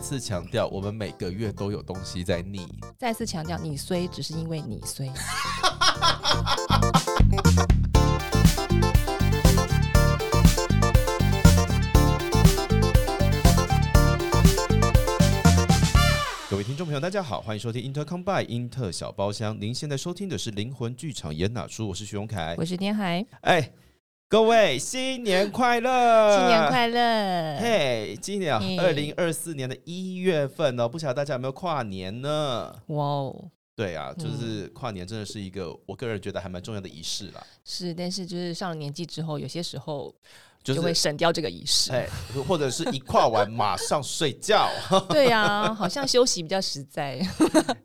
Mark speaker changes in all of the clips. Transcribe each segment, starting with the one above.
Speaker 1: 次强调，我们每个月都有东西在逆。
Speaker 2: 再次强调，你衰只是因为你衰。
Speaker 1: 各位听众朋友，大家好，欢迎收听 Inter Combine 英特小包厢。您现在收听的是灵魂剧场演哪出？我是徐荣凯。
Speaker 2: 我是天海，
Speaker 1: 哎，各位新年快乐！
Speaker 2: 新年快乐！
Speaker 1: 呃嘿今年啊，
Speaker 2: 嘿
Speaker 1: 二零二四年的一月份哦，不晓得大家有没有跨年呢？
Speaker 2: 哇哦，
Speaker 1: 对啊，就
Speaker 2: 嗯
Speaker 1: 是跨年真的是一个我个人觉得还蛮重要的仪式啦，
Speaker 2: 是，但是就是上了年纪之后，有些时候
Speaker 1: 就
Speaker 2: 就会
Speaker 1: 是
Speaker 2: 省掉这个仪式。
Speaker 1: 哎，或者是一跨完马上睡觉。
Speaker 2: 对呀、好像休息比较实在。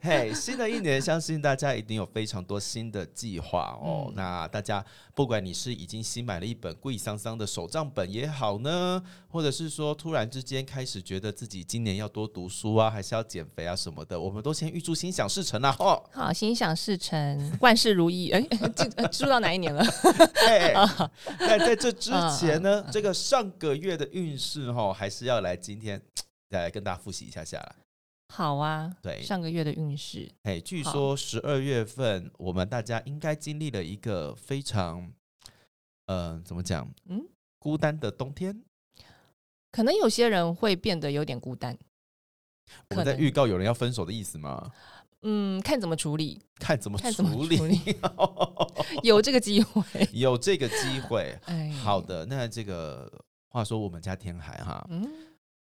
Speaker 1: 嘿新的一年，相信大家一定有非常多新的计划哦。
Speaker 2: 嗯
Speaker 1: 那大家不管你是已经新买了一本贵桑桑的手账本也好呢，或者是说突然之间开始觉得自己今年要多读书啊，还是要减肥啊什么的，我们都先预祝心想事成啦、哦。
Speaker 2: 好，心想事成，万事如意。哎，进呃进入到哪一年了？
Speaker 1: 哎，那在这之前呢，这个上个月的运势哈、哦，还是要来今天来跟大家复习一下下啦。
Speaker 2: 好啊，
Speaker 1: 对
Speaker 2: 上个月的运势，
Speaker 1: 哎，据
Speaker 2: 好
Speaker 1: 说十二月份我们大家应该经历了一个非常，呃，怎么讲？嗯
Speaker 2: 嗯，
Speaker 1: 孤单的冬天。
Speaker 2: 可能有些人会变得有点孤单。
Speaker 1: 我们
Speaker 2: 可
Speaker 1: 在
Speaker 2: 能
Speaker 1: 预告有人要分手的意思吗？
Speaker 2: 嗯，看怎么 处理，
Speaker 1: 看怎么
Speaker 2: 看怎么
Speaker 1: 处理。
Speaker 2: 处理有这个机会。
Speaker 1: 有这个机会。
Speaker 2: 哎，
Speaker 1: 好，的，那这个话说，我们家天海哈，
Speaker 2: 嗯，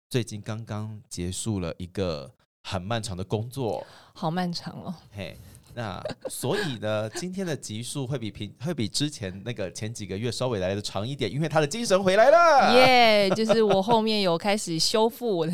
Speaker 1: 最近刚刚结束了一个很漫长的工作，
Speaker 2: 好漫长哦。
Speaker 1: 嘿。那所以呢，今天的集数会比平会比之前那个前几个月稍微来的长一点，因为他的精神回来了。
Speaker 2: 耶就是我后面有开始修复 我的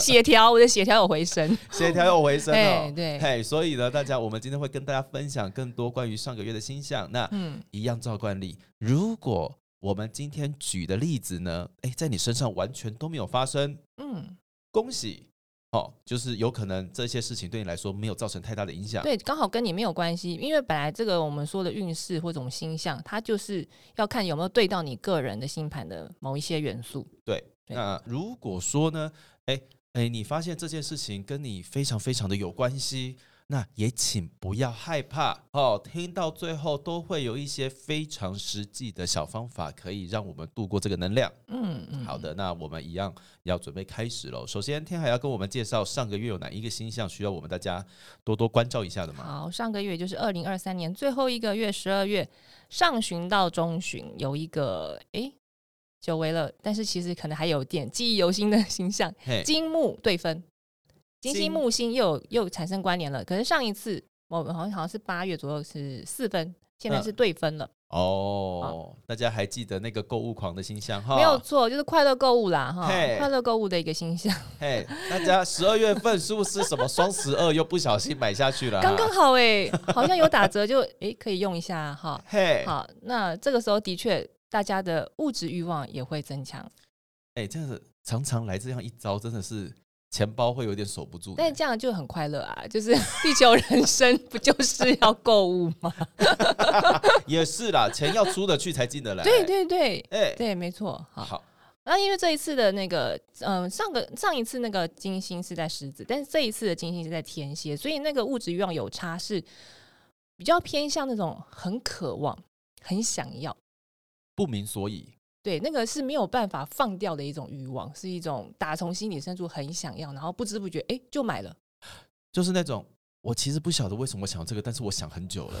Speaker 2: 血条，我的血条有回升。
Speaker 1: 协调又回升哦
Speaker 2: 哎。 对
Speaker 1: 嘿，所以呢，大家我们今天会跟大家分享更多关于上个月的星象。那
Speaker 2: 嗯，
Speaker 1: 一样照惯例，如果我们今天举的例子呢，哎，在你身上完全都没有发生，
Speaker 2: 嗯，
Speaker 1: 恭喜哦，就是有可能这些事情对你来说没有造成太大的影响。
Speaker 2: 对，刚好跟你没有关系，因为本来这个我们说的运势或种星象，它就是要看有没有对到你个人的星盘的某一些元素。
Speaker 1: 对，
Speaker 2: 对
Speaker 1: 那如果说呢，哎哎，你发现这件事情跟你非常非常的有关系，那也请不要害怕哦。听到最后都会有一些非常实际的小方法，可以让我们度过这个能量。
Speaker 2: 嗯嗯，
Speaker 1: 好的，那我们一样要准备开始喽。首先，天海要跟我们介绍上个月有哪一个星象需要我们大家多多关照一下的吗？
Speaker 2: 好，上个月就是二零二三年最后一个月，十二月上旬到中旬有一个诶，久违了，但是其实可能还有点记忆犹新的 形象，
Speaker 1: 嘿，
Speaker 2: 金木对分，金
Speaker 1: 金
Speaker 2: 星木星又有又产生关联了。可是上一次我们好像好像是八月左右是四分，现在
Speaker 1: 嗯
Speaker 2: 是对分了，
Speaker 1: 哦，大家还记得那个购物狂的星象哈？
Speaker 2: 没有错，就是快乐购物啦哈
Speaker 1: 哦嘿，啊
Speaker 2: 快乐购物的一个形象，
Speaker 1: 嘿，大家十二月份是不是什么双十二又不小心买下去了啊？
Speaker 2: 刚刚好哎、好像有打 折就诶可以用一下哈。
Speaker 1: 嘿，
Speaker 2: 好，那这个时候的确大家的物质欲望也会增强。
Speaker 1: 哎，这样子常常来这样一招，真的是钱包会有点守不住的。
Speaker 2: 但这样就很快乐啊！ 就是地球人生不就是要购物 吗？
Speaker 1: 也是 啦，钱要出得去才进得来。
Speaker 2: 对，对对
Speaker 1: 哎，
Speaker 2: 对，没错。好，
Speaker 1: 好，
Speaker 2: 那因为这一次的那个，嗯、上个上一次那个金星是在狮子，但是这一次的金星是在天蝎，所以那个物质欲望有差，是比较偏向那种很渴望、很想要，
Speaker 1: 不明所以。
Speaker 2: 对，那个是没有办法放掉的一种欲望，是一种打从心底深处很想要，然后不知不觉哎、诶就买了，
Speaker 1: 就是那种我其实不晓得为什么我想要这个，但是我想很久了。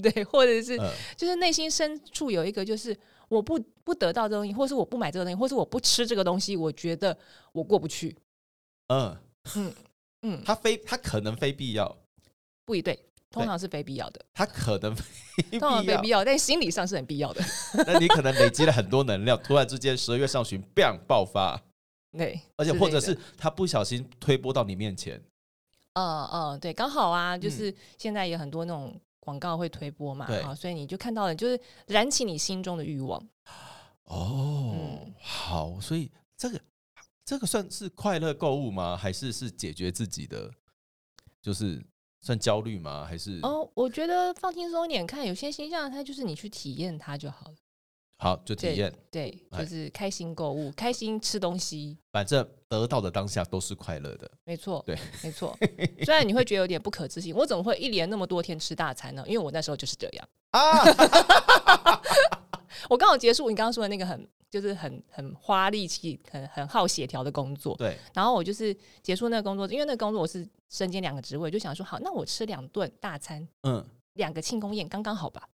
Speaker 2: 对，或者是
Speaker 1: 嗯，
Speaker 2: 就是内心深处有一个，就是我不不得到这个东西，或是我不买这个东西，或是我不吃这个东西，我觉得我过不去。
Speaker 1: 嗯
Speaker 2: 嗯嗯，
Speaker 1: 他非他可能非必要，
Speaker 2: 不一对，通常是非必要的，
Speaker 1: 他可能非必
Speaker 2: 通常非
Speaker 1: 要
Speaker 2: 必。要，但心理上是很必要的。
Speaker 1: 那你可能累积了很多能量，突然之间十二月上旬 b 爆发，
Speaker 2: 对，
Speaker 1: 而且
Speaker 2: 之类
Speaker 1: 或者
Speaker 2: 的
Speaker 1: 是他不小心推波到你面前。
Speaker 2: 呃呃，对，刚好啊，就是现在有很多那种广告会推播嘛，
Speaker 1: 嗯对
Speaker 2: 啊，所以你就看到了，就是燃起你心中的欲望。
Speaker 1: 哦，
Speaker 2: 嗯
Speaker 1: 好，所以这个这个算是快乐购物吗？还是是解决自己的，就是算焦虑吗？还是
Speaker 2: 哦哦，我觉得放轻松一点看，有些星象它就是你去体验它就好了。
Speaker 1: 好，就体验，
Speaker 2: 对，
Speaker 1: 哎
Speaker 2: 就是开心购物，开心吃东西，
Speaker 1: 反正得到的当下都是快乐的。
Speaker 2: 没错，
Speaker 1: 对，
Speaker 2: 没错。虽然你会觉得有点不可置信，我怎么会一连那么多天吃大餐呢？因为我那时候就是这样啊。我刚好结束你刚刚说的那个很，就是很很花力气、很很耗协调的工作，
Speaker 1: 对，
Speaker 2: 然后我就是结束那个工作，因为那个工作我是身兼两个职位，就想说好，那我吃两顿大餐，
Speaker 1: 嗯，
Speaker 2: 两个庆功宴刚刚好吧。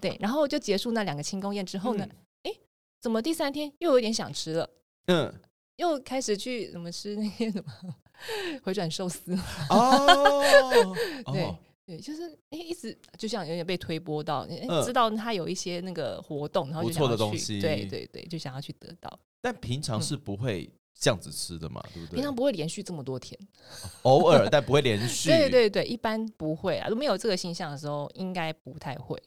Speaker 2: 对，然后就结束那两个庆功宴之后呢，诶，怎么第三天又有点想吃了？
Speaker 1: 嗯，
Speaker 2: 又开始去怎么吃那些什么回转寿司，
Speaker 1: 哦，
Speaker 2: 对、
Speaker 1: 哦，
Speaker 2: 对，就是哎、诶一直就像有点被推波到，诶
Speaker 1: 嗯
Speaker 2: 知道他有一些那个活动，然后就
Speaker 1: 不错的
Speaker 2: 想要
Speaker 1: 东
Speaker 2: 去
Speaker 1: 西
Speaker 2: 对对对，就想要去得到。
Speaker 1: 但平常
Speaker 2: 嗯
Speaker 1: 是不会这样子吃的嘛，对不对？
Speaker 2: 平常不会连续这么多天，
Speaker 1: 偶尔，但不会连续。
Speaker 2: 对对对，一般不会啊。如果没有这个形象的时候，应该不太会。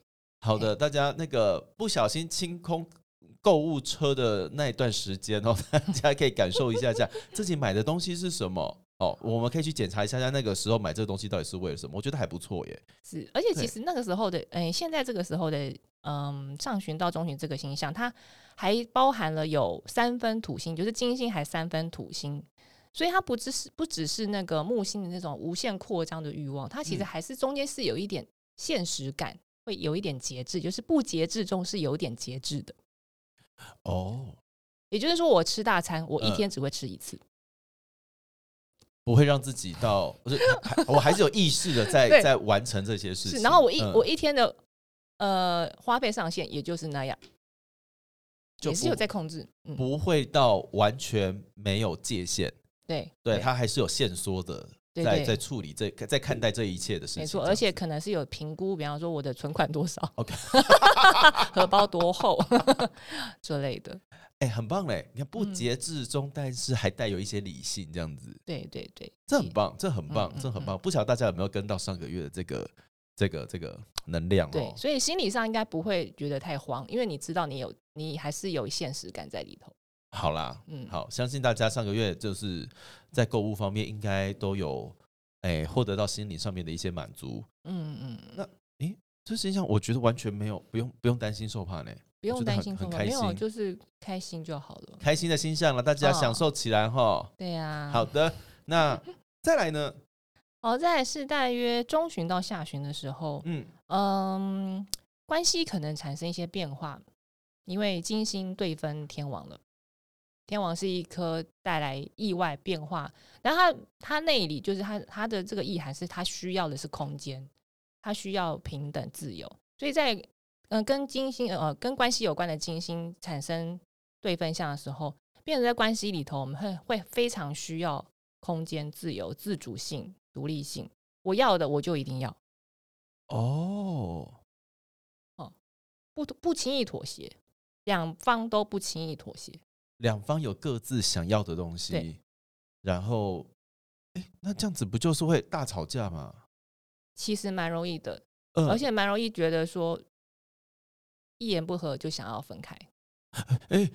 Speaker 1: 好
Speaker 2: 嗯
Speaker 1: 的，大家那个不小心清空购物车的那一段时间哦， 大家可以感受一下下自己买的东西是什么哦。我们可以去检查一下下那个时候买这个东西到底是为了什么，我觉得还不错耶。
Speaker 2: 是，而且
Speaker 1: 对
Speaker 2: 其实那个时候的，哎、现在这个时候的，嗯，上旬到中旬这个星象，它还包含了有三分土星，就是金星还三分土星，所以它不只是不只是那个木星的那种无限扩张的欲望，它其实
Speaker 1: 嗯
Speaker 2: 还是中间是有一点现实感，会有一点节制，就是不节制中是有点节制的。
Speaker 1: 哦，
Speaker 2: 也就是说，我吃大餐，我一
Speaker 1: 嗯
Speaker 2: 天只会吃一次，
Speaker 1: 不会让自己到，不是，还我还是有意识的在
Speaker 2: 对
Speaker 1: 在完成这些事
Speaker 2: 是，
Speaker 1: 情。
Speaker 2: 然后我一、
Speaker 1: 嗯
Speaker 2: 我一天的呃花费上限也就是那样，
Speaker 1: 就
Speaker 2: 也是有
Speaker 1: 不
Speaker 2: 在控制，嗯，
Speaker 1: 不会到完全没有界限，
Speaker 2: 对
Speaker 1: 对，它还是有限缩的，
Speaker 2: 对
Speaker 1: 在
Speaker 2: 对
Speaker 1: 在处理这在看待这一切的事情。
Speaker 2: 没错，
Speaker 1: 这样
Speaker 2: 而且
Speaker 1: 子
Speaker 2: 可能是有评估，比方说我的存款多少
Speaker 1: OK
Speaker 2: 荷包多厚 之类的。
Speaker 1: 哎、很棒嘞！你看不
Speaker 2: 嗯
Speaker 1: 节制中，但是还带有一些理性，这样子，
Speaker 2: 对对对，
Speaker 1: 这很棒，这很棒，
Speaker 2: 嗯嗯
Speaker 1: 这很棒。不晓得大家有没有跟到上个月的这个、这个、这个能量
Speaker 2: 对
Speaker 1: 哦，？
Speaker 2: 所以心理上应该不会觉得太慌，因为你知道你有，你还是有现实感在里头。
Speaker 1: 好啦，
Speaker 2: 嗯，，
Speaker 1: 好，相信大家上个月就是在购物方面应该都有哎获得到心理上面的一些满足。
Speaker 2: 嗯嗯，
Speaker 1: 那这实际上我觉得完全没有不用不用担心受怕呢，
Speaker 2: 不用
Speaker 1: 觉得
Speaker 2: 担
Speaker 1: 很
Speaker 2: 心
Speaker 1: 很
Speaker 2: 什么，
Speaker 1: 开
Speaker 2: 没有，
Speaker 1: 心
Speaker 2: 就是开心就好了。
Speaker 1: 开心的心象了，大家
Speaker 2: 哦
Speaker 1: 享受起来哈。
Speaker 2: 对啊呀、
Speaker 1: 好，的，那 再来呢？
Speaker 2: 哦，再来是大约中旬到下旬的时候，
Speaker 1: 嗯，
Speaker 2: 嗯，关系可能产生一些变化，因为金星对分天王了。天王是一颗带来意外变化，然后它它内里就是它它的这个意涵是它需要的是空间，它需要平等自由，所以在呃跟金星呃跟关系有关的金星产生对分项的时候，变成在关系里头，我们会会非常需要空间、自由、自主性、独立性，我要的我就一定要。
Speaker 1: 哦，
Speaker 2: 不不轻易妥协，两方都不轻易妥协。
Speaker 1: 两方有各自想要的东西
Speaker 2: 对，
Speaker 1: 然后，哎，那这样子不就是会大吵架吗？
Speaker 2: 其实蛮容易的，
Speaker 1: 嗯
Speaker 2: 而且蛮容易觉得说一言不合就想要分开，
Speaker 1: 哎，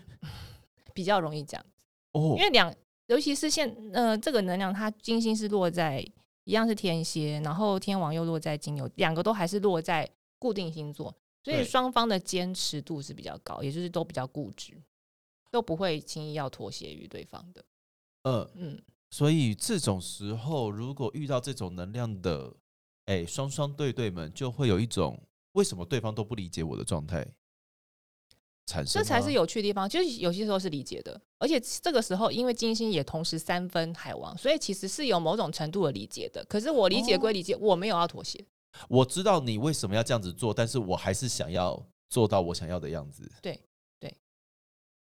Speaker 2: 比较容易讲。
Speaker 1: 哦
Speaker 2: 因，为两，尤其是现呃这个能量，它金星是落在一样是天蝎，然后天王又落在金牛，两个都还是落在固定星座，所以
Speaker 1: 对
Speaker 2: 双方的坚持度是比较高，也就是都比较固执，都不会轻易要妥协于对方的。
Speaker 1: 嗯，
Speaker 2: 嗯，
Speaker 1: 所以这种时候，如果遇到这种能量的，哎，双双对对们，就会有一种为什么对方都不理解我的状态产生
Speaker 2: 这
Speaker 1: 吗，
Speaker 2: 才是有趣的地方，就是有些时候是理解的，而且这个时候因为金星也同时三分海王，所以其实是有某种程度的理解的。可是我理解
Speaker 1: 哦
Speaker 2: 归理解，我没有要妥协，
Speaker 1: 我知道你为什么要这样子做，但是我还是想要做到我想要的样子。
Speaker 2: 对对，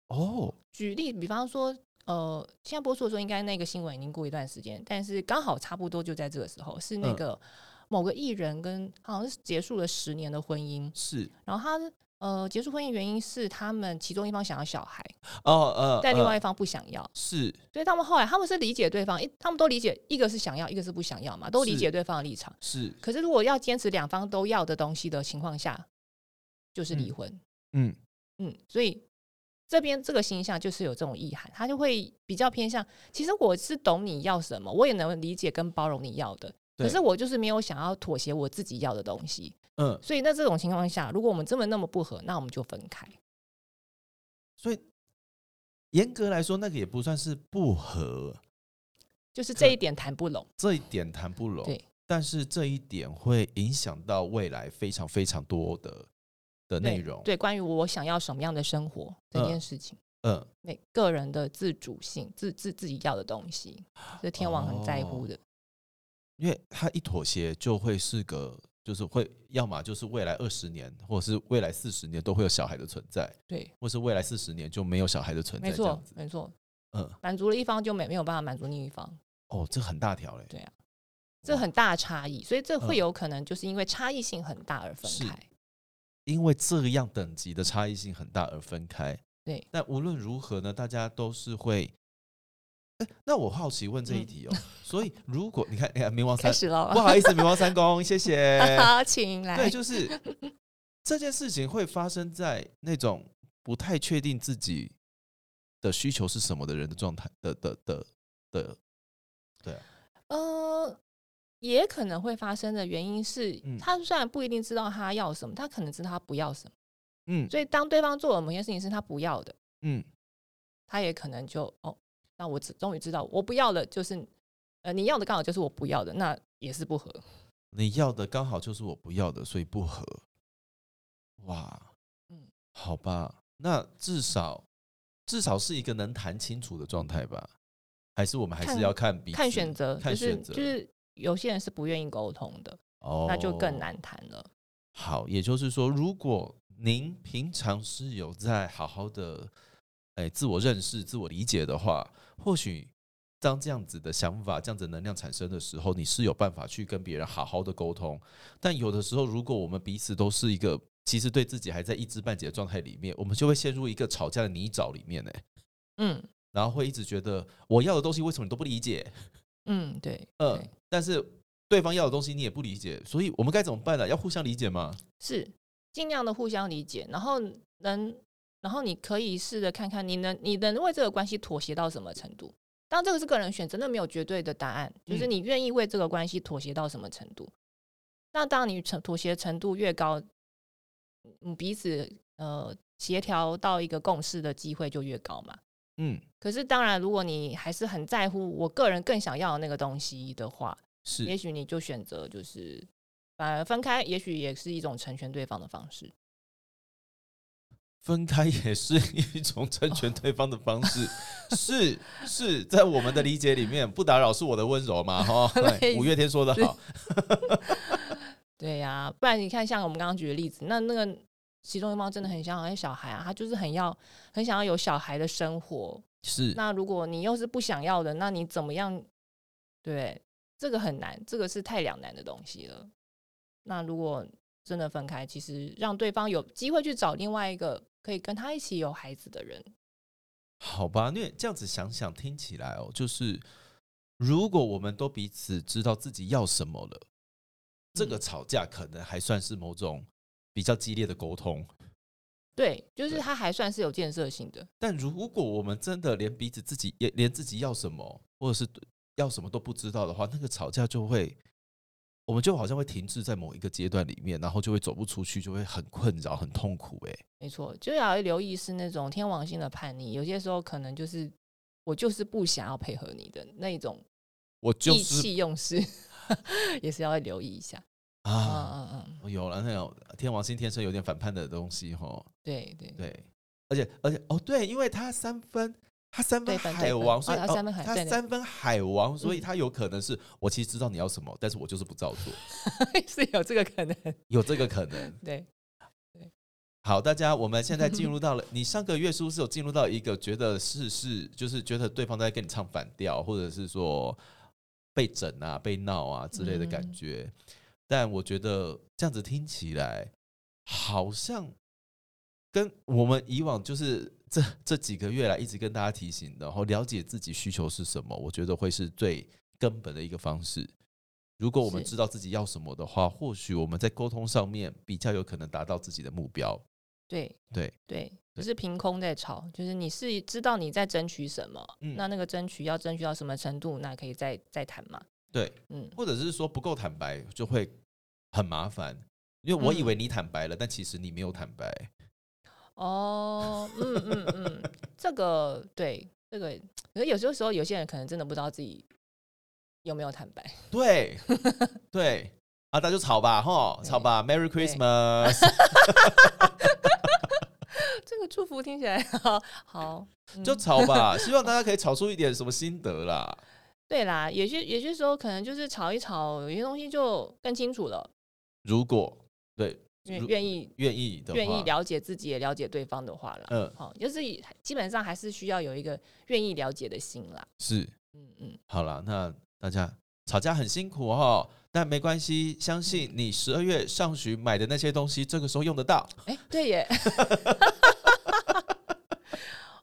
Speaker 1: 哦，
Speaker 2: 举例，比方说，呃，现在播出的时候，应该那个新闻已经过一段时间，但是刚好差不多就在这个时候，是那
Speaker 1: 嗯
Speaker 2: 个某个艺人跟好像是结束了十年的婚姻，
Speaker 1: 是
Speaker 2: 然后他呃结束婚姻原因是他们其中一方想要小孩，
Speaker 1: 哦呃，
Speaker 2: 但另外
Speaker 1: 呃
Speaker 2: 一方不想要，
Speaker 1: 是
Speaker 2: 所以他们后来他们是理解对方，一他们都理解一个是想要，一个是不想要嘛，都理
Speaker 1: 是
Speaker 2: 解对方的立场。
Speaker 1: 是
Speaker 2: 可是如果要坚持两方都要的东西的情况下，就是离
Speaker 1: 嗯
Speaker 2: 婚。
Speaker 1: 嗯
Speaker 2: 嗯，所以这边这个形象就是有这种意涵，他就会比较偏向。其实我是懂你要什么，我也能理解跟包容你要的，
Speaker 1: 对
Speaker 2: 可是我就是没有想要妥协我自己要的东西，
Speaker 1: 嗯，
Speaker 2: 所以在这种情况下，如果我们真的那么不合，那我们就分开。
Speaker 1: 所以严格来说，那个也不算是不合，
Speaker 2: 就是这一点谈不拢，
Speaker 1: 这一点谈不拢。
Speaker 2: 对，
Speaker 1: 但是这一点会影响到未来非常非常多的的内
Speaker 2: 对
Speaker 1: 容。，
Speaker 2: 对，关于我想要什么样的生活这件事情，
Speaker 1: 嗯，
Speaker 2: 每个人的自主性，自自自己要的东西，这天王很在乎的。
Speaker 1: 哦因为他一妥协就会是个，就是会要么就是未来二十年，或者是未来四十年都会有小孩的存在，
Speaker 2: 对，
Speaker 1: 或是未来四十年就没有小孩的存在，
Speaker 2: 没
Speaker 1: 这样
Speaker 2: 错
Speaker 1: 子，。
Speaker 2: 没错，
Speaker 1: 嗯，
Speaker 2: 满足了一方就没没有办法满足另一方，
Speaker 1: 哦，这很大条嘞。
Speaker 2: 对这
Speaker 1: 哇
Speaker 2: 很大差异，所以这会
Speaker 1: 哦嗯
Speaker 2: 有可能就是因为差异性很大而分
Speaker 1: 是
Speaker 2: 开。
Speaker 1: 因为这样等级的差异性很大而分开。
Speaker 2: 对，
Speaker 1: 但无论如何呢，大家都是会。哎，那我好奇问这一
Speaker 2: 嗯
Speaker 1: 题哦，所以如果你看，哎呀，冥王
Speaker 2: 开
Speaker 1: 三，
Speaker 2: 始了
Speaker 1: 不
Speaker 2: 吗，
Speaker 1: 好意思，冥王三公，谢谢。
Speaker 2: 好，请来。
Speaker 1: 对，就是这件事情会发生在那种不太确定自己的需求是什么的人的状态的的的的，对啊，
Speaker 2: 呃，也可能会发生的原因是，
Speaker 1: 嗯
Speaker 2: 他虽然不一定知道他要什么，他可能知道他不要什么。
Speaker 1: 嗯
Speaker 2: 所以当对方做了某些事情是他不要的，
Speaker 1: 嗯，
Speaker 2: 他也可能就哦，那我只终于知道我不要了，就是呃你要的刚好就是我不要的，那也是不合。
Speaker 1: 你要的刚好就是我不要的，所以不合。哇，嗯
Speaker 2: 嗯，
Speaker 1: 好吧，那至少至少是一个能谈清楚的状态吧？还是我们还是
Speaker 2: 看
Speaker 1: 要看彼此
Speaker 2: 看选择，
Speaker 1: 看
Speaker 2: 就是
Speaker 1: 选择，
Speaker 2: 就是有些人是不愿意沟通的，
Speaker 1: 哦，
Speaker 2: 那就更。难谈了。
Speaker 1: 好，也就是说，如果您平常是有在好好的，哎，自我认识、自我理解的话，或许当这样子的想法、这样子的能量产生的时候，你是有办法去跟别人好好的沟通。但有的时候，如果我们彼此都是一个其实对自己还在一知半解的状态里面，我们就会陷入一个吵架的泥沼里面呢、欸
Speaker 2: 嗯
Speaker 1: 然后会一直觉得我要的东西为什么你都不理解？
Speaker 2: 嗯，对，
Speaker 1: 嗯
Speaker 2: 对，
Speaker 1: 但是对方要的东西你也不理解，所以我们该怎么办呢、啊要互相理解吗？
Speaker 2: 是尽量的互相理解，然后能，然后你可以试着看看你能你能为这个关系妥协到什么程度。当然这个是个人选择，那没有绝对的答案，就是
Speaker 1: 嗯
Speaker 2: 你愿意为这个关系妥协到什么程度。那当你成妥协程度越高，嗯，彼此呃协调到一个共识的机会就越高嘛。
Speaker 1: 嗯，
Speaker 2: 可是当然，如果你还是很在乎我个人更想要的那个东西的话，
Speaker 1: 是。
Speaker 2: 也许你就选择就是反而分开，也许也是一种成全对方的方式。
Speaker 1: 分开也是一种成全对方的方式， 是是在我们的理解里面，不打扰是我的温柔嘛？哈，对
Speaker 2: 类似
Speaker 1: 五月天说的好，
Speaker 2: 对呀、不然你看，像我们刚刚举的例子，那那个其中一方真的很想要小孩啊，他就是很要很想要有小孩的生活。
Speaker 1: 是
Speaker 2: 那如果你又是不想要的，那你怎么样？对，这个很难，这个是太两难的东西了。那如果真的分开，其实让对方有机会去找另外一个可以跟他一起有孩子的人，
Speaker 1: 好吧？因为这样子想想，听起来哦，就是如果我们都彼此知道自己要什么了，这个吵架可能还算是某种比较激烈的沟通。
Speaker 2: 对，就是
Speaker 1: 对
Speaker 2: 他还算是有建设性的。
Speaker 1: 但如果我们真的连彼此自己也连自己要什么，或者是要什么都不知道的话，那个吵架就会，我们就好像会停滞在某一个阶段里面，然后就会走不出去，就会很困扰、很痛苦、欸。
Speaker 2: 没错，就要留意是那种天王星的叛逆，有些时候可能就是我就是不想要配合你的那一种
Speaker 1: 我就
Speaker 2: 意
Speaker 1: 是
Speaker 2: 气用事， 也是要留意一下。嗯
Speaker 1: 啊，
Speaker 2: 嗯嗯，
Speaker 1: 我有了那种天王星天生有点反叛的东西哈。
Speaker 2: 对对对，
Speaker 1: 对，而且而且哦，对，因为他三分。他三分
Speaker 2: 对分
Speaker 1: 海
Speaker 2: 对分
Speaker 1: 王，
Speaker 2: 哦
Speaker 1: 所以、
Speaker 2: 他三分海
Speaker 1: 他
Speaker 2: 对对
Speaker 1: 三分海王，所以
Speaker 2: 嗯
Speaker 1: 他有可能是、我其实知道你要什么，但是我就是不照做，
Speaker 2: 是有这个可能。
Speaker 1: 有这个可能。
Speaker 2: 对，
Speaker 1: 好，大家，我们现在进入到了，你上个月是不是有进入到一个觉得是是，就是觉得对方在跟你唱反调，或者是说被整啊、被闹啊之类的感
Speaker 2: 嗯
Speaker 1: 觉？但我觉得这样子听起来，好像跟我们以往就是这这几个月来一直跟大家提醒的，然后了解自己需求是什么，我觉得会是最根本的一个方式。如果我们
Speaker 2: 是
Speaker 1: 知道自己要什么的话，或许我们在沟通上面比较有可能达到自己的目标。
Speaker 2: 对
Speaker 1: 对，
Speaker 2: 对，不
Speaker 1: 对
Speaker 2: 是凭空在吵，就是你是知道你在争取什么，
Speaker 1: 嗯
Speaker 2: 那那个争取要争取到什么程度，那可以再再谈嘛。
Speaker 1: 对，
Speaker 2: 嗯，
Speaker 1: 或者是说不够坦白就会很麻烦，因为我以
Speaker 2: 嗯
Speaker 1: 为你坦白了，但其实你没有坦白。
Speaker 2: 哦，嗯嗯嗯，这个对，这个可是有些时候有些人可能真的不知道自己有没有坦白，
Speaker 1: 对对啊，那就吵吧，吼，吵吧，Merry
Speaker 2: 对
Speaker 1: Christmas。
Speaker 2: 这个祝福听起来好好。嗯
Speaker 1: 就吵吧，希望大家可以吵出一点什么心得啦。
Speaker 2: 对啦，有些有些时候可能就是吵一吵，有些东西就更清楚了。
Speaker 1: 如果对
Speaker 2: 愿
Speaker 1: 如
Speaker 2: 愿意
Speaker 1: 愿意的话，
Speaker 2: 愿意，了解自己，也了解对方的话了，
Speaker 1: 嗯，
Speaker 2: 好、就是基本上还是需要有一个愿意了解的心啦。
Speaker 1: 是
Speaker 2: 嗯嗯，
Speaker 1: 好啦，那大家吵架很辛苦哦，但没关系，相信你十二月上旬买的那些东西，这个时候用得到。
Speaker 2: 哎、对耶，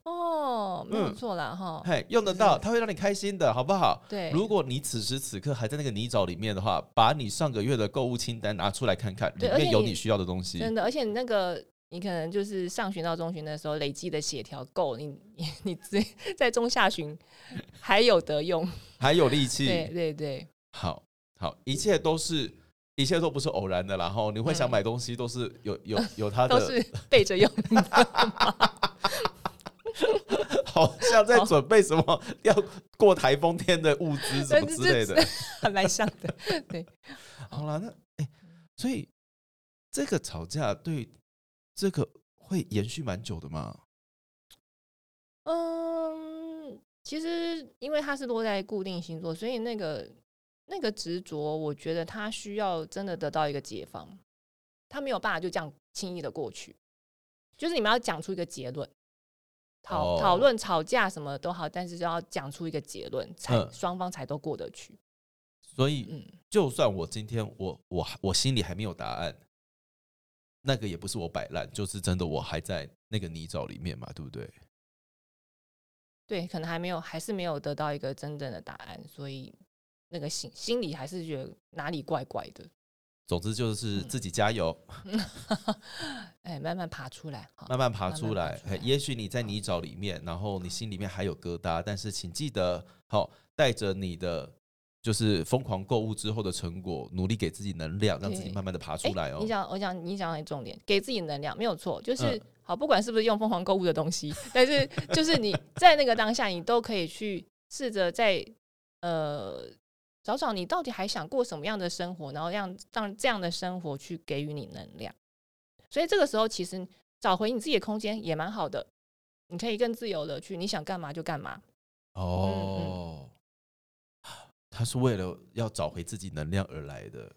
Speaker 2: 哦，没有
Speaker 1: 嗯
Speaker 2: 错啦，哈、
Speaker 1: 嘿，用得到，它会让你开心的，好不好？
Speaker 2: 对，
Speaker 1: 如果你此时此刻还在那个泥沼里面的话，把你上个月的购物清单拿出来看看，里
Speaker 2: 对而且
Speaker 1: 面有
Speaker 2: 你
Speaker 1: 你需要的东西。
Speaker 2: 真的，而且你那个你可能就是上旬到中旬的时候累积的血条够，你你 你直接在中下旬还有得用。
Speaker 1: 还有力
Speaker 2: 对
Speaker 1: 气。
Speaker 2: 对对，
Speaker 1: 好好，一切都是，一切都不是偶然的啦。然后你会想
Speaker 2: 嗯
Speaker 1: 买东西，都是有有有它
Speaker 2: 都
Speaker 1: 的，
Speaker 2: 是 备着用的。
Speaker 1: 好像在准备什么要过台风天的物资什么之类的。
Speaker 2: 很蛮像的。
Speaker 1: 好啦，那哎、所以这个吵架对这个会延续蛮久的嘛？
Speaker 2: 嗯，其实因为它是落在固定星座，所以那个那个执着，我觉得它需要真的得到一个解放，他没有办法就这样轻易的过去。就是你们要讲出一个结论，讨
Speaker 1: 哦
Speaker 2: 讨论、吵架什么都好，但是就要讲出一个结论，才
Speaker 1: 嗯
Speaker 2: 双方才都过得去。
Speaker 1: 所以，
Speaker 2: 嗯，
Speaker 1: 就算我今天我我我心里还没有答案，那个也不是我摆烂，就是真的我还在那个泥沼里面嘛，对不对？
Speaker 2: 对，可能还没有，还是没有得到一个真正的答案，所以那个心心里还是觉得哪里怪怪的。
Speaker 1: 总之就是
Speaker 2: 嗯
Speaker 1: 自己加油，
Speaker 2: 哎，慢慢爬出来，好
Speaker 1: 慢慢爬
Speaker 2: 慢慢
Speaker 1: 出
Speaker 2: 爬
Speaker 1: 来。
Speaker 2: 出来
Speaker 1: 嘿也许你在泥沼里面，然后你心里面还有疙瘩，但是请记得，好带着你的就是疯狂购物之后的成果，努力给自己能量，让自己
Speaker 2: 对
Speaker 1: 慢慢的爬
Speaker 2: 哎
Speaker 1: 出来哦
Speaker 2: 你。讲，我讲，你讲的重点，给自己能量没有错，就是、
Speaker 1: 嗯
Speaker 2: 好，不管是不是用疯狂购物的东西， 但是就是你在那个当下，你都可以去试着在呃找找你到底还想过什么样的生活，然后让让这样的生活去给予你能量。所以这个时候，其实找回你自己的空间也蛮好的，你可以更自由的去你想干嘛就干嘛。
Speaker 1: 哦，他是为了要找回自己能量而来的。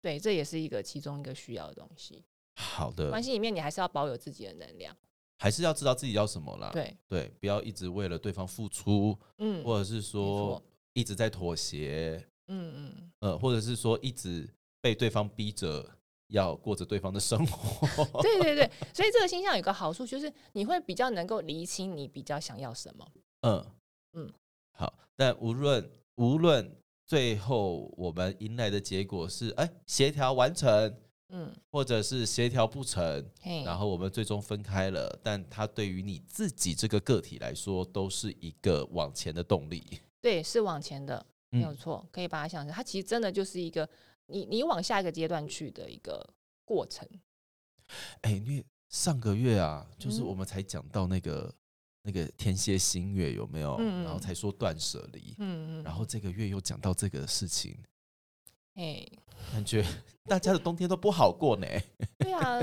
Speaker 2: 对，这也是一个其中一个需要的东西。
Speaker 1: 好
Speaker 2: 关
Speaker 1: 的，
Speaker 2: 系里面，你还是要保有自己的能量。
Speaker 1: 还是要知道自己要什么啦。
Speaker 2: 对，
Speaker 1: 对，不要一直为了对方付出，
Speaker 2: 嗯，
Speaker 1: 或者是说
Speaker 2: 错
Speaker 1: 一直在妥协，
Speaker 2: 嗯嗯。
Speaker 1: 呃，或者是说一直被对方逼着要过着对方的生活。
Speaker 2: 对对对，所以这个星象有个好处就是你会比较能够厘清你比较想要什么。
Speaker 1: 嗯
Speaker 2: 嗯
Speaker 1: 嗯，好。但无论无论最后我们迎来的结果是，哎，协调完成，
Speaker 2: 嗯，
Speaker 1: 或者是协调不成，
Speaker 2: 嘿，
Speaker 1: 然后我们最终分开了，但它对于你自己这个个体来说，都是一个往前的动力。
Speaker 2: 对，是往前的，没有
Speaker 1: 嗯
Speaker 2: 错，可以把它想成它其实真的就是一个你你往下一个阶段去的一个过程。
Speaker 1: 哎，因为上个月啊，就是
Speaker 2: 嗯
Speaker 1: 我们才讲到那个、那个天蝎星月有没有？
Speaker 2: 嗯嗯
Speaker 1: 然后才说断舍离，
Speaker 2: 嗯
Speaker 1: 然后这个月又讲到这个事情，
Speaker 2: 哎，
Speaker 1: 感觉大家的冬天都不好过呢。
Speaker 2: 对啊，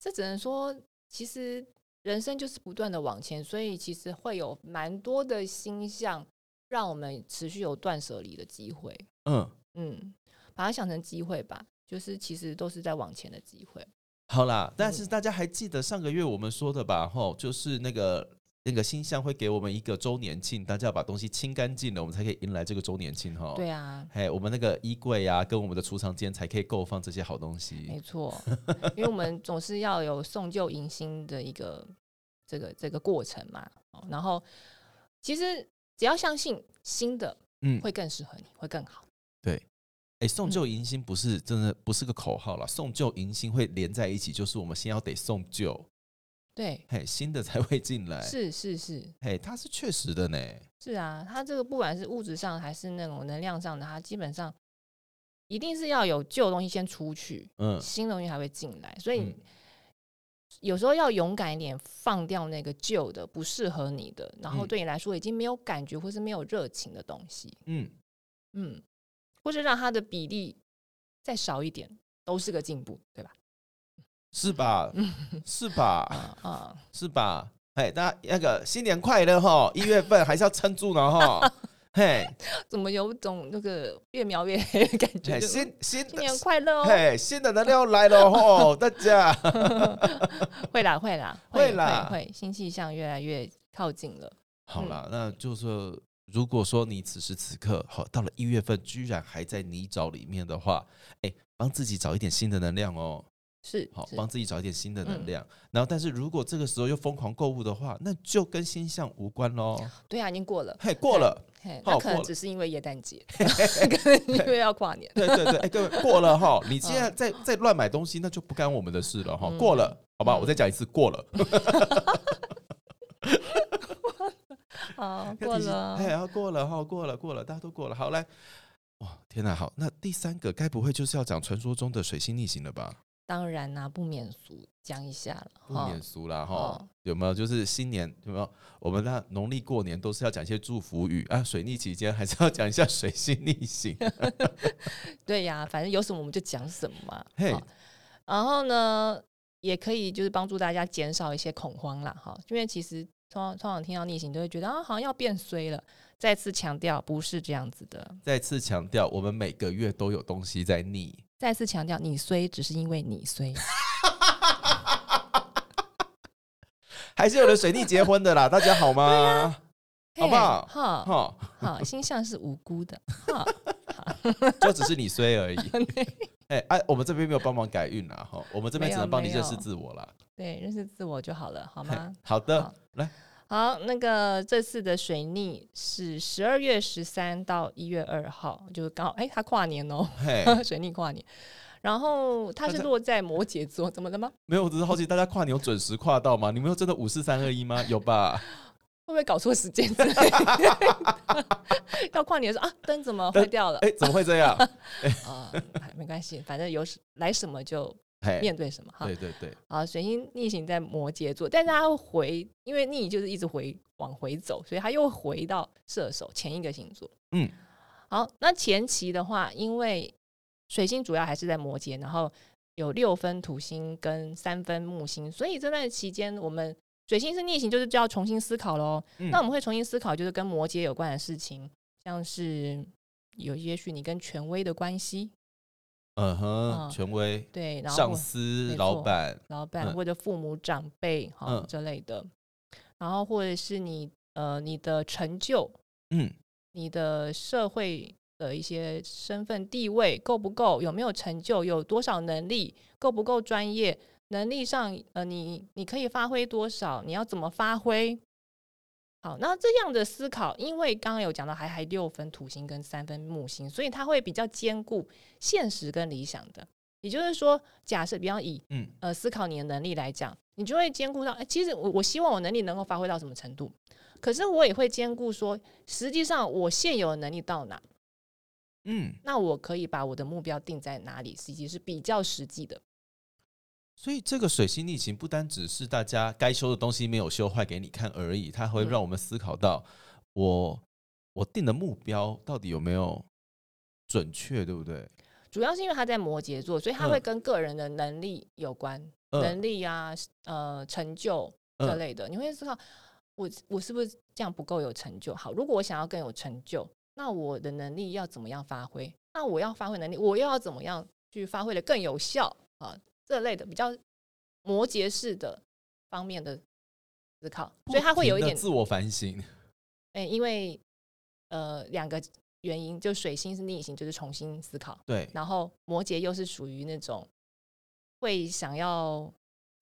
Speaker 2: 这只能说其实人生就是不断的往前，所以其实会有蛮多的星象让我们持续有断舍离的机会。
Speaker 1: 嗯，
Speaker 2: 嗯，把它想成机会吧，就是其实都是在往前的机会。
Speaker 1: 好啦，但
Speaker 2: 嗯
Speaker 1: 是大家还记得上个月我们说的吧？吼，就是那个。那个星象会给我们一个周年庆，大家要把东西清干净了，我们才可以迎来这个周年庆哈。
Speaker 2: 对啊，
Speaker 1: 嘿，我们那个衣柜啊，跟我们的储藏间才可以够放这些好东
Speaker 2: 没
Speaker 1: 西。
Speaker 2: 错， 因为我们总是要有送旧迎新的一个这个这个过程嘛。哦然后其实只要相信新的
Speaker 1: 嗯，哎、
Speaker 2: 会更适合你，会更好。嗯
Speaker 1: 送旧迎新不是真的不是个口号啦，送旧迎新会连在一起，就是我们先要得送旧，
Speaker 2: 对，
Speaker 1: 嘿，新的才会进来，
Speaker 2: 是是是
Speaker 1: 嘿，它是确实的呢，
Speaker 2: 是啊，它这个不管是物质上还是那种能量上的，它基本上一定是要有旧的东西先出去，
Speaker 1: 嗯，
Speaker 2: 新的东西才会进来，所以
Speaker 1: 嗯
Speaker 2: 有时候要勇敢一点，放掉那个旧的、不适合你的，然
Speaker 1: 嗯
Speaker 2: 后对你来说已经没有感觉或是没有热情的东西，
Speaker 1: 嗯，
Speaker 2: 嗯，或者让它的比例再少一点，都是个进步，对吧？
Speaker 1: 是 吧？是吧？
Speaker 2: 啊啊，
Speaker 1: 是吧？嘿，大家那个新年快乐哈！一月份还是要撑住呢 哈！嘿，
Speaker 2: 怎么有种那个越描越黑的感觉？
Speaker 1: 嘿，
Speaker 2: 就
Speaker 1: 新新
Speaker 2: 新年快乐哦！
Speaker 1: 哎嘿，新的能量来了吼，大家
Speaker 2: 会啦，会啦，
Speaker 1: 会啦
Speaker 2: 会会，新气象越来越靠近了。
Speaker 1: 好啦，那就是说如果说你此时此刻好到了一月份，居然还在泥沼里面的话，哎、帮自己找一点新的能量哦，
Speaker 2: 是，
Speaker 1: 好，
Speaker 2: 是
Speaker 1: 帮自己找一点新的能
Speaker 2: 嗯
Speaker 1: 量。然后，但是如果这个时候又疯狂购物的话，那就跟星象无关喽。
Speaker 2: 对啊，已经过 了，
Speaker 1: 嘿，过 了，
Speaker 2: 嘿，
Speaker 1: 好
Speaker 2: 那可
Speaker 1: 过
Speaker 2: 能
Speaker 1: 了
Speaker 2: 只是因为耶 诞节，可能因为要跨年。
Speaker 1: 对对对，哎、各位过了哈，你现
Speaker 2: 嗯
Speaker 1: 在再再乱买东西，那就不干我们的事了哈，过了，好
Speaker 2: 嗯
Speaker 1: 吧，我再讲一次，过了，
Speaker 2: 好，
Speaker 1: 要
Speaker 2: 啊过
Speaker 1: 提醒
Speaker 2: 了
Speaker 1: 哎，。要过了哈，过了过了，大家都过了，好来。哇，天哪！好，那第三个该不会就是要讲传说中的水星逆行了吧？
Speaker 2: 当然啦，不免俗，讲一下了
Speaker 1: 不
Speaker 2: 哈
Speaker 1: 免。俗啦，哈、
Speaker 2: 哦
Speaker 1: 有没有？就是新年有没有？我们那农历过年都是要讲一些祝福语啊，水逆期间还是要讲一下水星逆 行。
Speaker 2: 对呀，反正有什么我们就讲什么嘛。
Speaker 1: 嘿
Speaker 2: 好然后呢，也可以就是帮助大家减少一些恐慌啦，哈，因为其实通常通常听到逆行都会觉得啊，好像要变衰了。再次强调，不是这样子的。
Speaker 1: 再次强调，我们每个月都有东西在逆。
Speaker 2: 再次强调，你衰只是因为你衰。
Speaker 1: 还是有人水逆结婚的啦，大家好 吗？好不好
Speaker 2: 嘿哈，
Speaker 1: 哈，
Speaker 2: 好，星象是无辜的。 哈，
Speaker 1: 就只是你衰而已。哎哎，我们这边没有帮忙改运啦，哈，我们这边
Speaker 2: 没
Speaker 1: 只
Speaker 2: 有
Speaker 1: 能帮你
Speaker 2: 没
Speaker 1: 认识
Speaker 2: 有
Speaker 1: 自我啦。
Speaker 2: 对，认识自我就好了，好
Speaker 1: 嘿
Speaker 2: 吗？
Speaker 1: 好的
Speaker 2: 好，
Speaker 1: 来，
Speaker 2: 好，那个这次的水逆是十二月十三到一月二号，就是刚好哎，他跨年哦，
Speaker 1: 嘿，
Speaker 2: 水逆跨年。然后它是
Speaker 1: 它在
Speaker 2: 落在摩羯座，怎么了吗？
Speaker 1: 没有，我只是好奇，大家跨年有准时跨到吗？你们有真的五四三二一吗？有 吧？
Speaker 2: 会不会搞错时间之类的？ 要跨年的时候啊，灯怎么坏掉了？
Speaker 1: 哎，怎么会这 样？
Speaker 2: 啊、哎没关系，反正有什来什么就
Speaker 1: 嘿，
Speaker 2: 面对什么哈。
Speaker 1: 对对对，
Speaker 2: 啊，水星逆行在摩羯座，但是它会回，因为逆就是一直回往回走，所以它又回到射手前一个星座。
Speaker 1: 嗯，
Speaker 2: 好，那前期的话，因为水星主要还是在摩羯，然后有六分土星跟三分木星，所以这段期间我们水星是逆行，就是就要重新思考喽。
Speaker 1: 嗯
Speaker 2: 那我们会重新思考，就是跟摩羯有关的事情，像是有也许你跟权威的关系，
Speaker 1: 嗯哼，
Speaker 2: 嗯
Speaker 1: 权威、
Speaker 2: 对，然后
Speaker 1: 上
Speaker 2: 或
Speaker 1: 司、
Speaker 2: 没
Speaker 1: 老
Speaker 2: 错
Speaker 1: 板，
Speaker 2: 老板
Speaker 1: 嗯
Speaker 2: 或者父母长辈哈、
Speaker 1: 嗯
Speaker 2: 之类的，然后或者是你呃你的成就、
Speaker 1: 嗯
Speaker 2: 你的社会的一些身份地位够不够，有没有成就，有多少能力，够不够专业，能力上呃你你可以发挥多少，你要怎么发挥？好，那这样的思考，因为刚刚有讲到还还六分土星跟三分木星，所以它会比较兼顾现实跟理想的。也就是说，假设比方以
Speaker 1: 嗯
Speaker 2: 呃思考你的能力来讲，你就会兼顾到，哎、其实我我希望我能力能够发挥到什么程度，可是我也会兼顾说，实际上我现有的能力到哪，
Speaker 1: 嗯，
Speaker 2: 那我可以把我的目标定在哪里，实际是比较实际的。
Speaker 1: 所以这个水星逆行不单只是大家该修的东西没有修坏给你看而已，它还会
Speaker 2: 嗯
Speaker 1: 让我们思考到我我定的目标到底有没有准确，对不对？
Speaker 2: 主要是因为他在摩羯座，所以他
Speaker 1: 嗯
Speaker 2: 会跟个人的能力有关，
Speaker 1: 嗯
Speaker 2: 能力啊，呃，成就
Speaker 1: 嗯
Speaker 2: 这类的，你会思考，我我是不是这样不够有成就？好，如果我想要更有成就，那我的能力要怎么样发挥？那我要发挥能力，我又要怎么样去发挥的更有效啊？这类的比较摩羯式的方面的思考，所以它会有一
Speaker 1: 不停地
Speaker 2: 点，
Speaker 1: 自我反省。
Speaker 2: 哎、因为呃两个原因，就水星是逆行，就是重新思考，
Speaker 1: 对，
Speaker 2: 然后摩羯又是属于那种会想要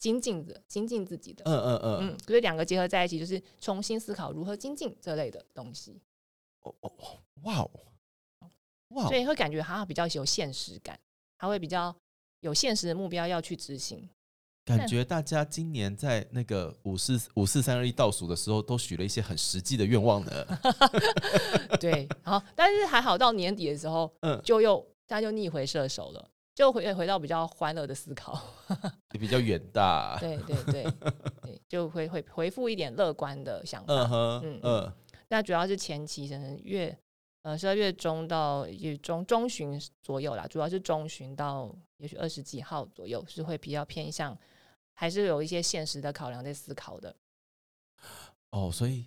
Speaker 2: 精进的、精进自己的，
Speaker 1: 嗯嗯嗯，
Speaker 2: 嗯，所以两个结合在一起，就是重新思考如何精进这类的东西，
Speaker 1: 哦哦哦哇哦哇
Speaker 2: 所
Speaker 1: 哦，
Speaker 2: 以会 感觉它比较有现实感，它会比较有现实的目标要去执行。
Speaker 1: 感觉大家今年在那个五四五四三二一倒数的时候，都许了一些很实际的愿望呢。
Speaker 2: 对，好，但是还好到年底的时候，
Speaker 1: 嗯，
Speaker 2: 就又大家就逆回射手了，就回回到比较欢乐的思考。
Speaker 1: 也比较远大。
Speaker 2: 对对对 对，就会会回复一点乐观的想法。
Speaker 1: 嗯哼
Speaker 2: 嗯，
Speaker 1: 嗯，
Speaker 2: 那主要是前期可能月呃十二月中到也中中旬左右啦，主要是中旬到也许二十几号左右是会比较偏向，还是有一些现实的考量在思考的。
Speaker 1: 哦，所以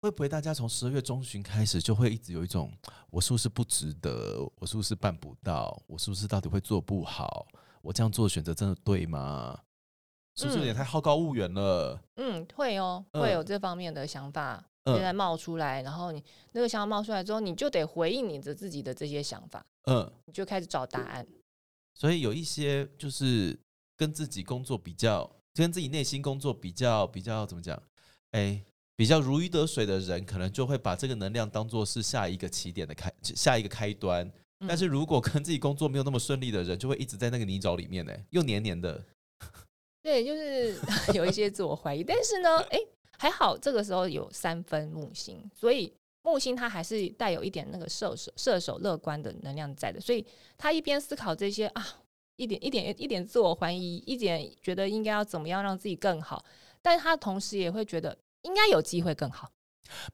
Speaker 1: 会不会大家从十二月中旬开始就会一直有一种我是不是不值得，我是不是办不到，我是不是到底会做不好，我这样做的选择真的对吗？是不是有点
Speaker 2: 嗯
Speaker 1: 太好高骛远了？
Speaker 2: 嗯，会哦，会有
Speaker 1: 嗯
Speaker 2: 这方面的想法
Speaker 1: 嗯
Speaker 2: 现在冒出来，然后你那个想法冒出来之后，你就得回应你的自己的这些想法，
Speaker 1: 嗯，
Speaker 2: 你就开始找答案。
Speaker 1: 所以有一些就是跟自己工作比较，跟自己内心工作比较比较怎么讲？哎、比较如鱼得水的人，可能就会把这个能量当做是下一个起点的开下一个开端。
Speaker 2: 嗯
Speaker 1: 但是如果跟自己工作没有那么顺利的人，就会一直在那个泥沼里面呢、又黏黏的。
Speaker 2: 对，就是 有一些自我怀疑，但是呢，哎，还好这个时候有三分木星，所以木星它还是带有一点那个射手射手乐观的能量在的，所以他一边思考这些啊，一点一点一点自我怀疑，一点觉得应该要怎么样让自己更好，但是他同时也会觉得应该有机会更好，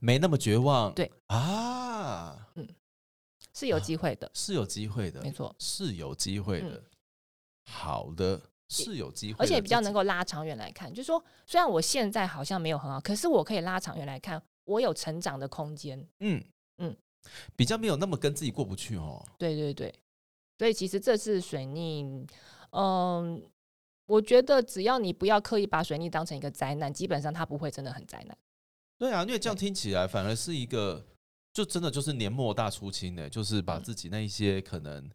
Speaker 1: 没那么绝望。
Speaker 2: 对
Speaker 1: 啊，
Speaker 2: 是有机会的，
Speaker 1: 是有机会的
Speaker 2: 没，错，
Speaker 1: 是有机会的。好的，是有机会的，
Speaker 2: 而且比较
Speaker 1: 自己
Speaker 2: 能够拉长远来看，就是说虽然我现在好像没有很好，可是我可以拉长远来看，我有成长的空间。
Speaker 1: 嗯嗯
Speaker 2: 嗯，
Speaker 1: 比较没有那么跟自己过不去哦。
Speaker 2: 对对对，所以其实这次水逆，嗯，我觉得只要你不要刻意把水逆当成一个灾难，基本上它不会真的很灾难。
Speaker 1: 对啊，因为这样听起来反而是一个，就真的就是年末大出清呢、就是把
Speaker 2: 嗯
Speaker 1: 自己那一些可能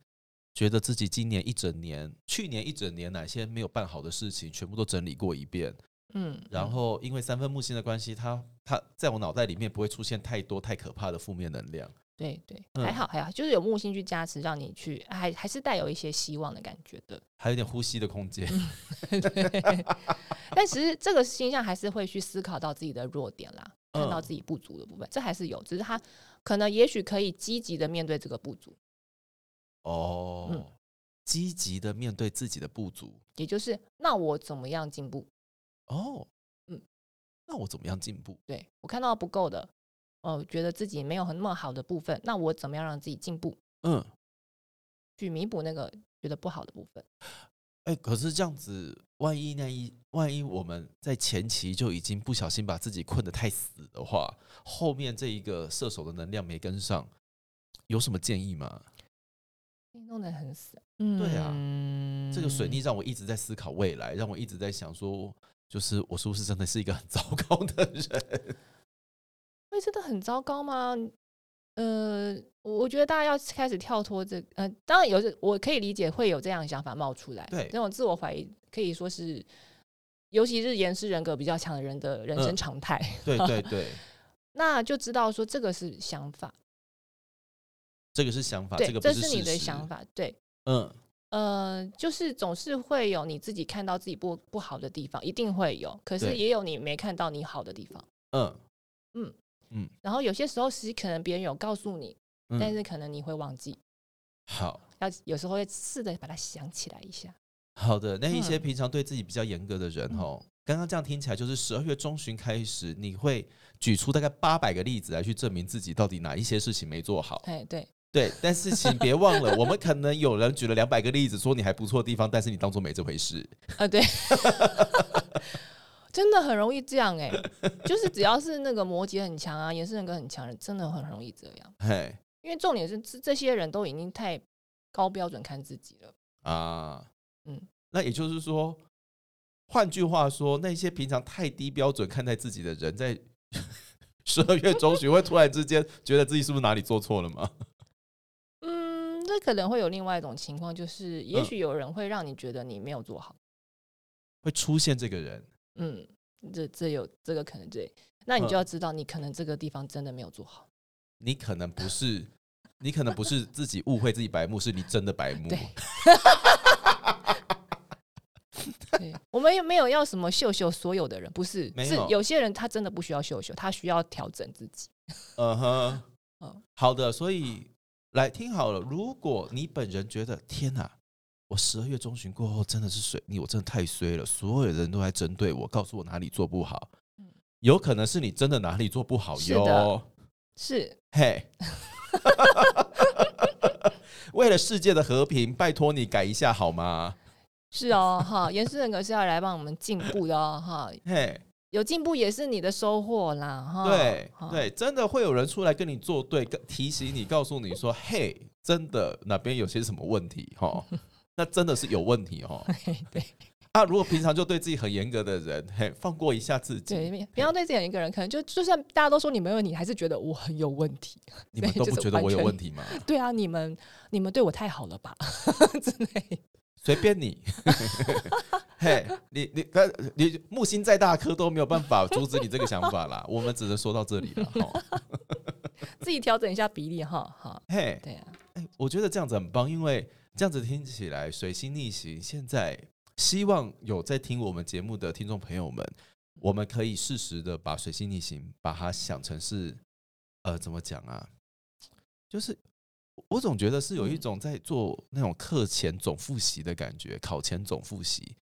Speaker 1: 觉得自己今年一整年、去年一整年哪些没有办好的事情，全部都整理过一遍。
Speaker 2: 嗯，
Speaker 1: 然后因为三分木星的关系，它它在我脑袋里面不会出现太多太可怕的负面能量。
Speaker 2: 对对，
Speaker 1: 嗯
Speaker 2: 还好还好，就是有木星去加持，让你去还还是带有一些希望的感觉的。
Speaker 1: 还有点呼吸的空间，
Speaker 2: 嗯对但其实这个星象还是会去思考到自己的弱点啦，看到
Speaker 1: 嗯
Speaker 2: 自己不足的部分，这还是有，只是他可能也许可以积极的面对这个不足，
Speaker 1: 哦，
Speaker 2: 嗯
Speaker 1: 积极的面对自己的不足
Speaker 2: 也就是那我怎么样进步？
Speaker 1: 哦，嗯
Speaker 2: 嗯，
Speaker 1: 那我怎么样进步？
Speaker 2: 对我看到不够的，哦、觉得自己没有很那么好的部分，那我怎么样让自己进步，
Speaker 1: 嗯，
Speaker 2: 去弥补那个觉得不好的部分？
Speaker 1: 哎、可是这样子，万一那一万一我们在前期就已经不小心把自己困得太死的话，后面这一个射手的能量没跟上，有什么建议吗？
Speaker 2: 弄得很死，嗯，
Speaker 1: 对啊这个水逆让我一直在思考未来，让我一直在想说，就是我是不是真的是一个很 糟糕的人？
Speaker 2: 会真的很糟糕吗？呃，我我觉得大家要开始跳脱这呃，当然有时我可以理解会有这样的想法冒出来，
Speaker 1: 对
Speaker 2: 这种自我怀疑可以说是，尤其是严师人格比较强的人的人
Speaker 1: 嗯
Speaker 2: 生常态，
Speaker 1: 对对对，
Speaker 2: 那就知道说这个是想法，
Speaker 1: 这个是想法，
Speaker 2: 对，
Speaker 1: 啊这个不
Speaker 2: 这
Speaker 1: 是
Speaker 2: 你
Speaker 1: 事
Speaker 2: 的
Speaker 1: 实
Speaker 2: 想。法，对，
Speaker 1: 嗯，
Speaker 2: 呃，就是总是会有你自己看到自己不不好的地方，一定会有，可是
Speaker 1: 对
Speaker 2: 也有你没看到你好的地方。
Speaker 1: 嗯
Speaker 2: 然后有些时候，其实可能别人有告诉你，
Speaker 1: 嗯，
Speaker 2: 但是可能你会忘记，
Speaker 1: 好
Speaker 2: 要有时候会试着把它想起来一下。
Speaker 1: 好的，那一些
Speaker 2: 嗯
Speaker 1: 平常对自己比较严格的人
Speaker 2: 嗯
Speaker 1: 哦，刚刚这样听起来，就是十二月中旬开始，你会举出大概八百个例子来去证明自己到底哪一些事情没做好。
Speaker 2: 哎，对，
Speaker 1: 对，但是请别忘了，我们可能有人举了两百个例子，说你还不错的地方，但是你当做没这回事。
Speaker 2: 啊，对， 真的很容易这样哎、就是只要是那个摩羯很强啊，颜色人格很强的人，真的很容易这样。
Speaker 1: 嘿
Speaker 2: 因为重点是这这些人都已经太高标准看自己了，
Speaker 1: 啊，嗯
Speaker 2: 嗯，
Speaker 1: 那也就是说，换句话说，那些平常太低标准看待自己的人，在十二月中旬会突然之间觉得自己是不是哪里做错了吗？
Speaker 2: 嗯，这可能会有另外一种情况，就是也
Speaker 1: 嗯
Speaker 2: 许有人会让你觉得你没有做好，
Speaker 1: 会出现这个人。
Speaker 2: 嗯，这这有这个可能对，那你
Speaker 1: 嗯
Speaker 2: 就要知道你可能这个地方真的没有做好，
Speaker 1: 你可能不是，你可能不是自己嗯误会自己白目，是你真的白目。
Speaker 2: 对， 对，我们也没有要什么秀秀所有的人，不是，
Speaker 1: 没
Speaker 2: 是
Speaker 1: 有
Speaker 2: 有些人他真的不需要秀秀，他需要调整自己。
Speaker 1: 嗯哼
Speaker 2: 嗯，
Speaker 1: 好的，所以来听好了。如果你本人觉得天哪，我十二月中旬过后真的是水逆，我真的太衰了，所有人都在针对我，告诉我哪里做不好
Speaker 2: 嗯，
Speaker 1: 有可能是你真的哪里做不好
Speaker 2: 是
Speaker 1: 哟
Speaker 2: 的。是，
Speaker 1: 嘿， 为了世界的和平，拜托你改一下好吗？
Speaker 2: 是
Speaker 1: 嗯
Speaker 2: 哦，哈，严师人格是要来帮我们进步的哦，哈，
Speaker 1: 嘿，
Speaker 2: 有进步也是你的收获啦，哈，
Speaker 1: 对
Speaker 2: 哈，
Speaker 1: 对，真的会有人出来跟你作对，跟提醒你，告诉你说， 嘿，真的哪边有些什么问题哈，那真的是有问题哦。
Speaker 2: 对对
Speaker 1: 啊，如果平常就对自己很严格的人，嘿，放过一下自己，
Speaker 2: 对，不要对自己一个人，可能就就算大家都说你没问题，你还是觉得我很有问题。
Speaker 1: 你们都不觉得我有问题吗？
Speaker 2: 对啊，你们你们对我太好了吧之类。
Speaker 1: 随便你，嘿，你你但你木星再大颗都没有办法阻止你这个想法啦，我们只能说到这里了哈。
Speaker 2: 自己调整一下比例哈哈。
Speaker 1: 嘿，
Speaker 2: 对啊，
Speaker 1: 哎，我觉得这样子很棒，因为这样子听起来水星逆行，现在希望有在听我们节目的听众朋友们，我们可以适时的把水星逆行，把它想成是呃，怎么讲啊？就是我总觉得是有一
Speaker 2: 嗯
Speaker 1: 种在做那种课前总复习的感觉，考前总复习。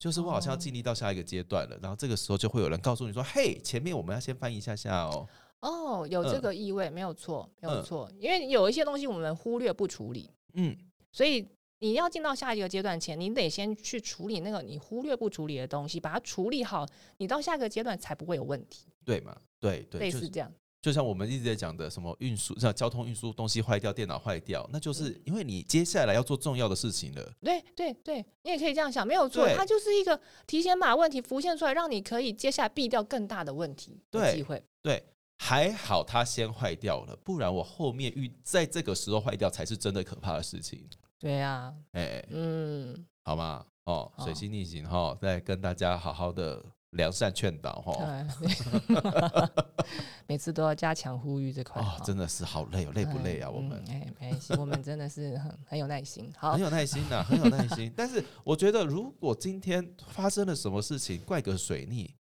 Speaker 1: 就是我好像要
Speaker 2: 哦
Speaker 1: 进历到下一个阶段了，然后这个时候就会有人告诉你说：“嘿，前面我们要先翻一下下哦。
Speaker 2: 哦，有这个意味，没有错，没有
Speaker 1: 嗯
Speaker 2: 错，因为有一些东西我们忽略不处理，”
Speaker 1: 嗯，
Speaker 2: 所以你要进到下一个阶段前，你得先去处理那个你忽略不处理的东西，把它处理好，你到下个阶段才不会有问题。
Speaker 1: 对嘛，对
Speaker 2: 类
Speaker 1: 对，就是
Speaker 2: 似这样，
Speaker 1: 就像我们一直在讲的，什么运输、像交通运输东西坏掉、电脑坏掉，那
Speaker 2: 嗯
Speaker 1: 就是因为你接下来要做重要的事情了。
Speaker 2: 对对对，你也可以这样想，没有错，
Speaker 1: 对
Speaker 2: 它就是一个提前把问题浮现出来，让你可以接下来避掉更大的问题的
Speaker 1: 对
Speaker 2: 机会。
Speaker 1: 对，还好它先坏掉了，不然我后面遇在这个时候坏掉才是真的可怕的事情。
Speaker 2: 对啊，
Speaker 1: 哎、
Speaker 2: 嗯，
Speaker 1: 好吗？哦，
Speaker 2: 好
Speaker 1: 水星逆行哈，再跟大家好好的良善劝导哈。
Speaker 2: 对，每次都要加强呼吁这块。
Speaker 1: 哦，真的是好累哦，累不累啊？
Speaker 2: 嗯
Speaker 1: 我们哎
Speaker 2: 嗯哎，没关系，我们真的是很很有耐心。好
Speaker 1: 很，有耐心呐、很有耐心。但是我觉得，如果今天发生了什么事情，怪个水逆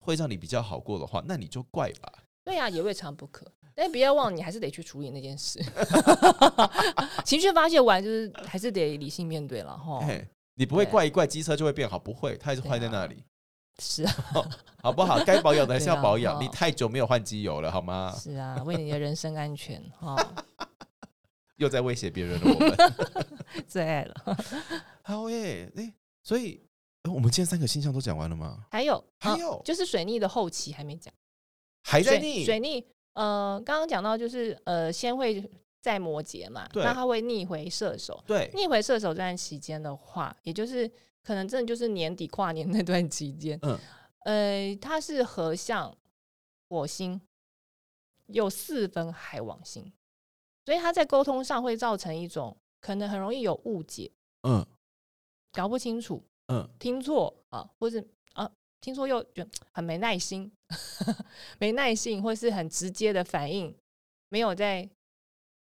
Speaker 1: 会让你比较好过的话，那你就怪吧。
Speaker 2: 对呀、也未尝不可。但不要忘，你还是得去处理那件 事。情绪发泄完，就是还是得理性面对了哈。
Speaker 1: 嘿，你不会
Speaker 2: 对
Speaker 1: 怪一怪机车就会变好，不
Speaker 2: 啊
Speaker 1: 会，它还是坏在那里，
Speaker 2: 是啊，
Speaker 1: 好不 好？该保养的还是要保养。
Speaker 2: 对啊
Speaker 1: 你太久没有换机油了，好 吗？
Speaker 2: 是啊，为你的人身安全 哈，
Speaker 1: 又在威胁别人了，我们。
Speaker 2: 最爱了。
Speaker 1: 好耶，哎、所以、呃我们今天三个星象都讲完了吗？
Speaker 2: 还有，
Speaker 1: 还
Speaker 2: 啊
Speaker 1: 有
Speaker 2: 就是水逆的后期还没讲。
Speaker 1: 还在
Speaker 2: 水
Speaker 1: 逆，
Speaker 2: 水逆，呃，刚刚讲到就是呃，先会在摩羯嘛，
Speaker 1: 对
Speaker 2: 那它会逆回射手。
Speaker 1: 对，
Speaker 2: 逆回射手这段期间的话，也就是可能真的就是年底跨年那段期间，
Speaker 1: 嗯，
Speaker 2: 呃，它是合向火星，有四分海王星，所以它在沟通上会造成一种可能很容易有误解，
Speaker 1: 嗯
Speaker 2: 搞不清楚，
Speaker 1: 嗯，
Speaker 2: 听错啊，或是啊，听错又就很没耐心， 没耐性，或是很直接的反应，没有在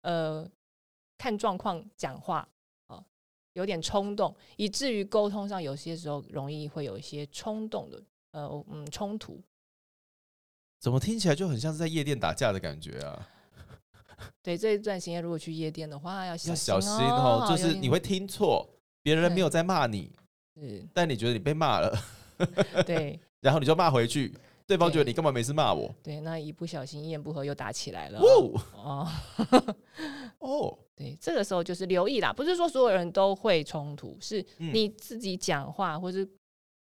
Speaker 2: 呃看状况讲话啊，有点冲动，以至于沟通上有些时候容易会有一些冲动的呃嗯冲突。
Speaker 1: 怎么听起来就很像是在夜店打架的感觉啊？
Speaker 2: 对这一段时间，如果去夜店的话，要
Speaker 1: 要
Speaker 2: 小
Speaker 1: 小
Speaker 2: 心
Speaker 1: 心哦，，
Speaker 2: 哦
Speaker 1: 就
Speaker 2: 有嗯
Speaker 1: 是
Speaker 2: 点
Speaker 1: 你会听错，别人没有在骂你，
Speaker 2: 是
Speaker 1: 但你觉得你被骂了，
Speaker 2: 对
Speaker 1: 然后你就骂回去，对方
Speaker 2: 对
Speaker 1: 觉得你干嘛每次骂我？
Speaker 2: 对，那一不小心一言不合又打起来了哦。
Speaker 1: 哦
Speaker 2: 哦
Speaker 1: 哦，
Speaker 2: 对，这个时候就是留意啦，不是说所有人都会冲突，是
Speaker 1: 嗯
Speaker 2: 你自己讲话，或是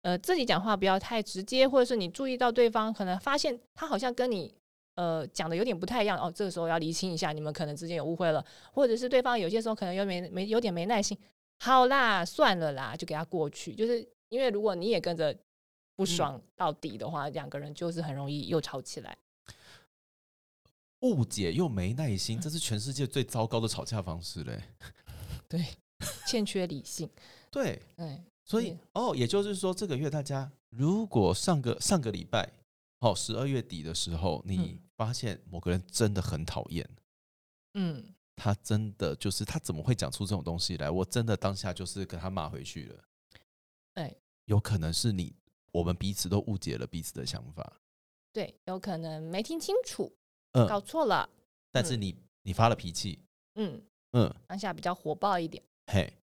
Speaker 2: 呃自己讲话不要太直接，或者是你注意到对方可能发现他好像跟你呃讲的有点不太一样，哦，这个时候要厘清一下，你们可能之间有误会了，或者是对方有些时候可能有没没有点没耐心，好啦，算了啦，就给他过去，就是因为如果你也跟着不爽到底的话，两个人就是很容易又吵起来。
Speaker 1: 误解又没耐心，这是全世界最糟糕的吵架方式嘞。
Speaker 2: 对，欠缺理性，
Speaker 1: 对，
Speaker 2: 嗯，
Speaker 1: 所以
Speaker 2: 对
Speaker 1: 哦，也就是说，这个月大家如果上个上个礼拜，哦，十二月底的时候，你
Speaker 2: 嗯
Speaker 1: 发现某个人真的很讨厌，
Speaker 2: 嗯，
Speaker 1: 他真的就是他怎么会讲出这种东西来？我真的当下就是跟他骂回去了。
Speaker 2: 哎，
Speaker 1: 有可能是你我们彼此都误解了彼此的想法，
Speaker 2: 对，有可能没听清楚，
Speaker 1: 嗯
Speaker 2: 搞错了，
Speaker 1: 但是
Speaker 2: 嗯
Speaker 1: 你、你发了脾气，
Speaker 2: 嗯，
Speaker 1: 嗯，
Speaker 2: 当下比较火爆一点，
Speaker 1: 嘿，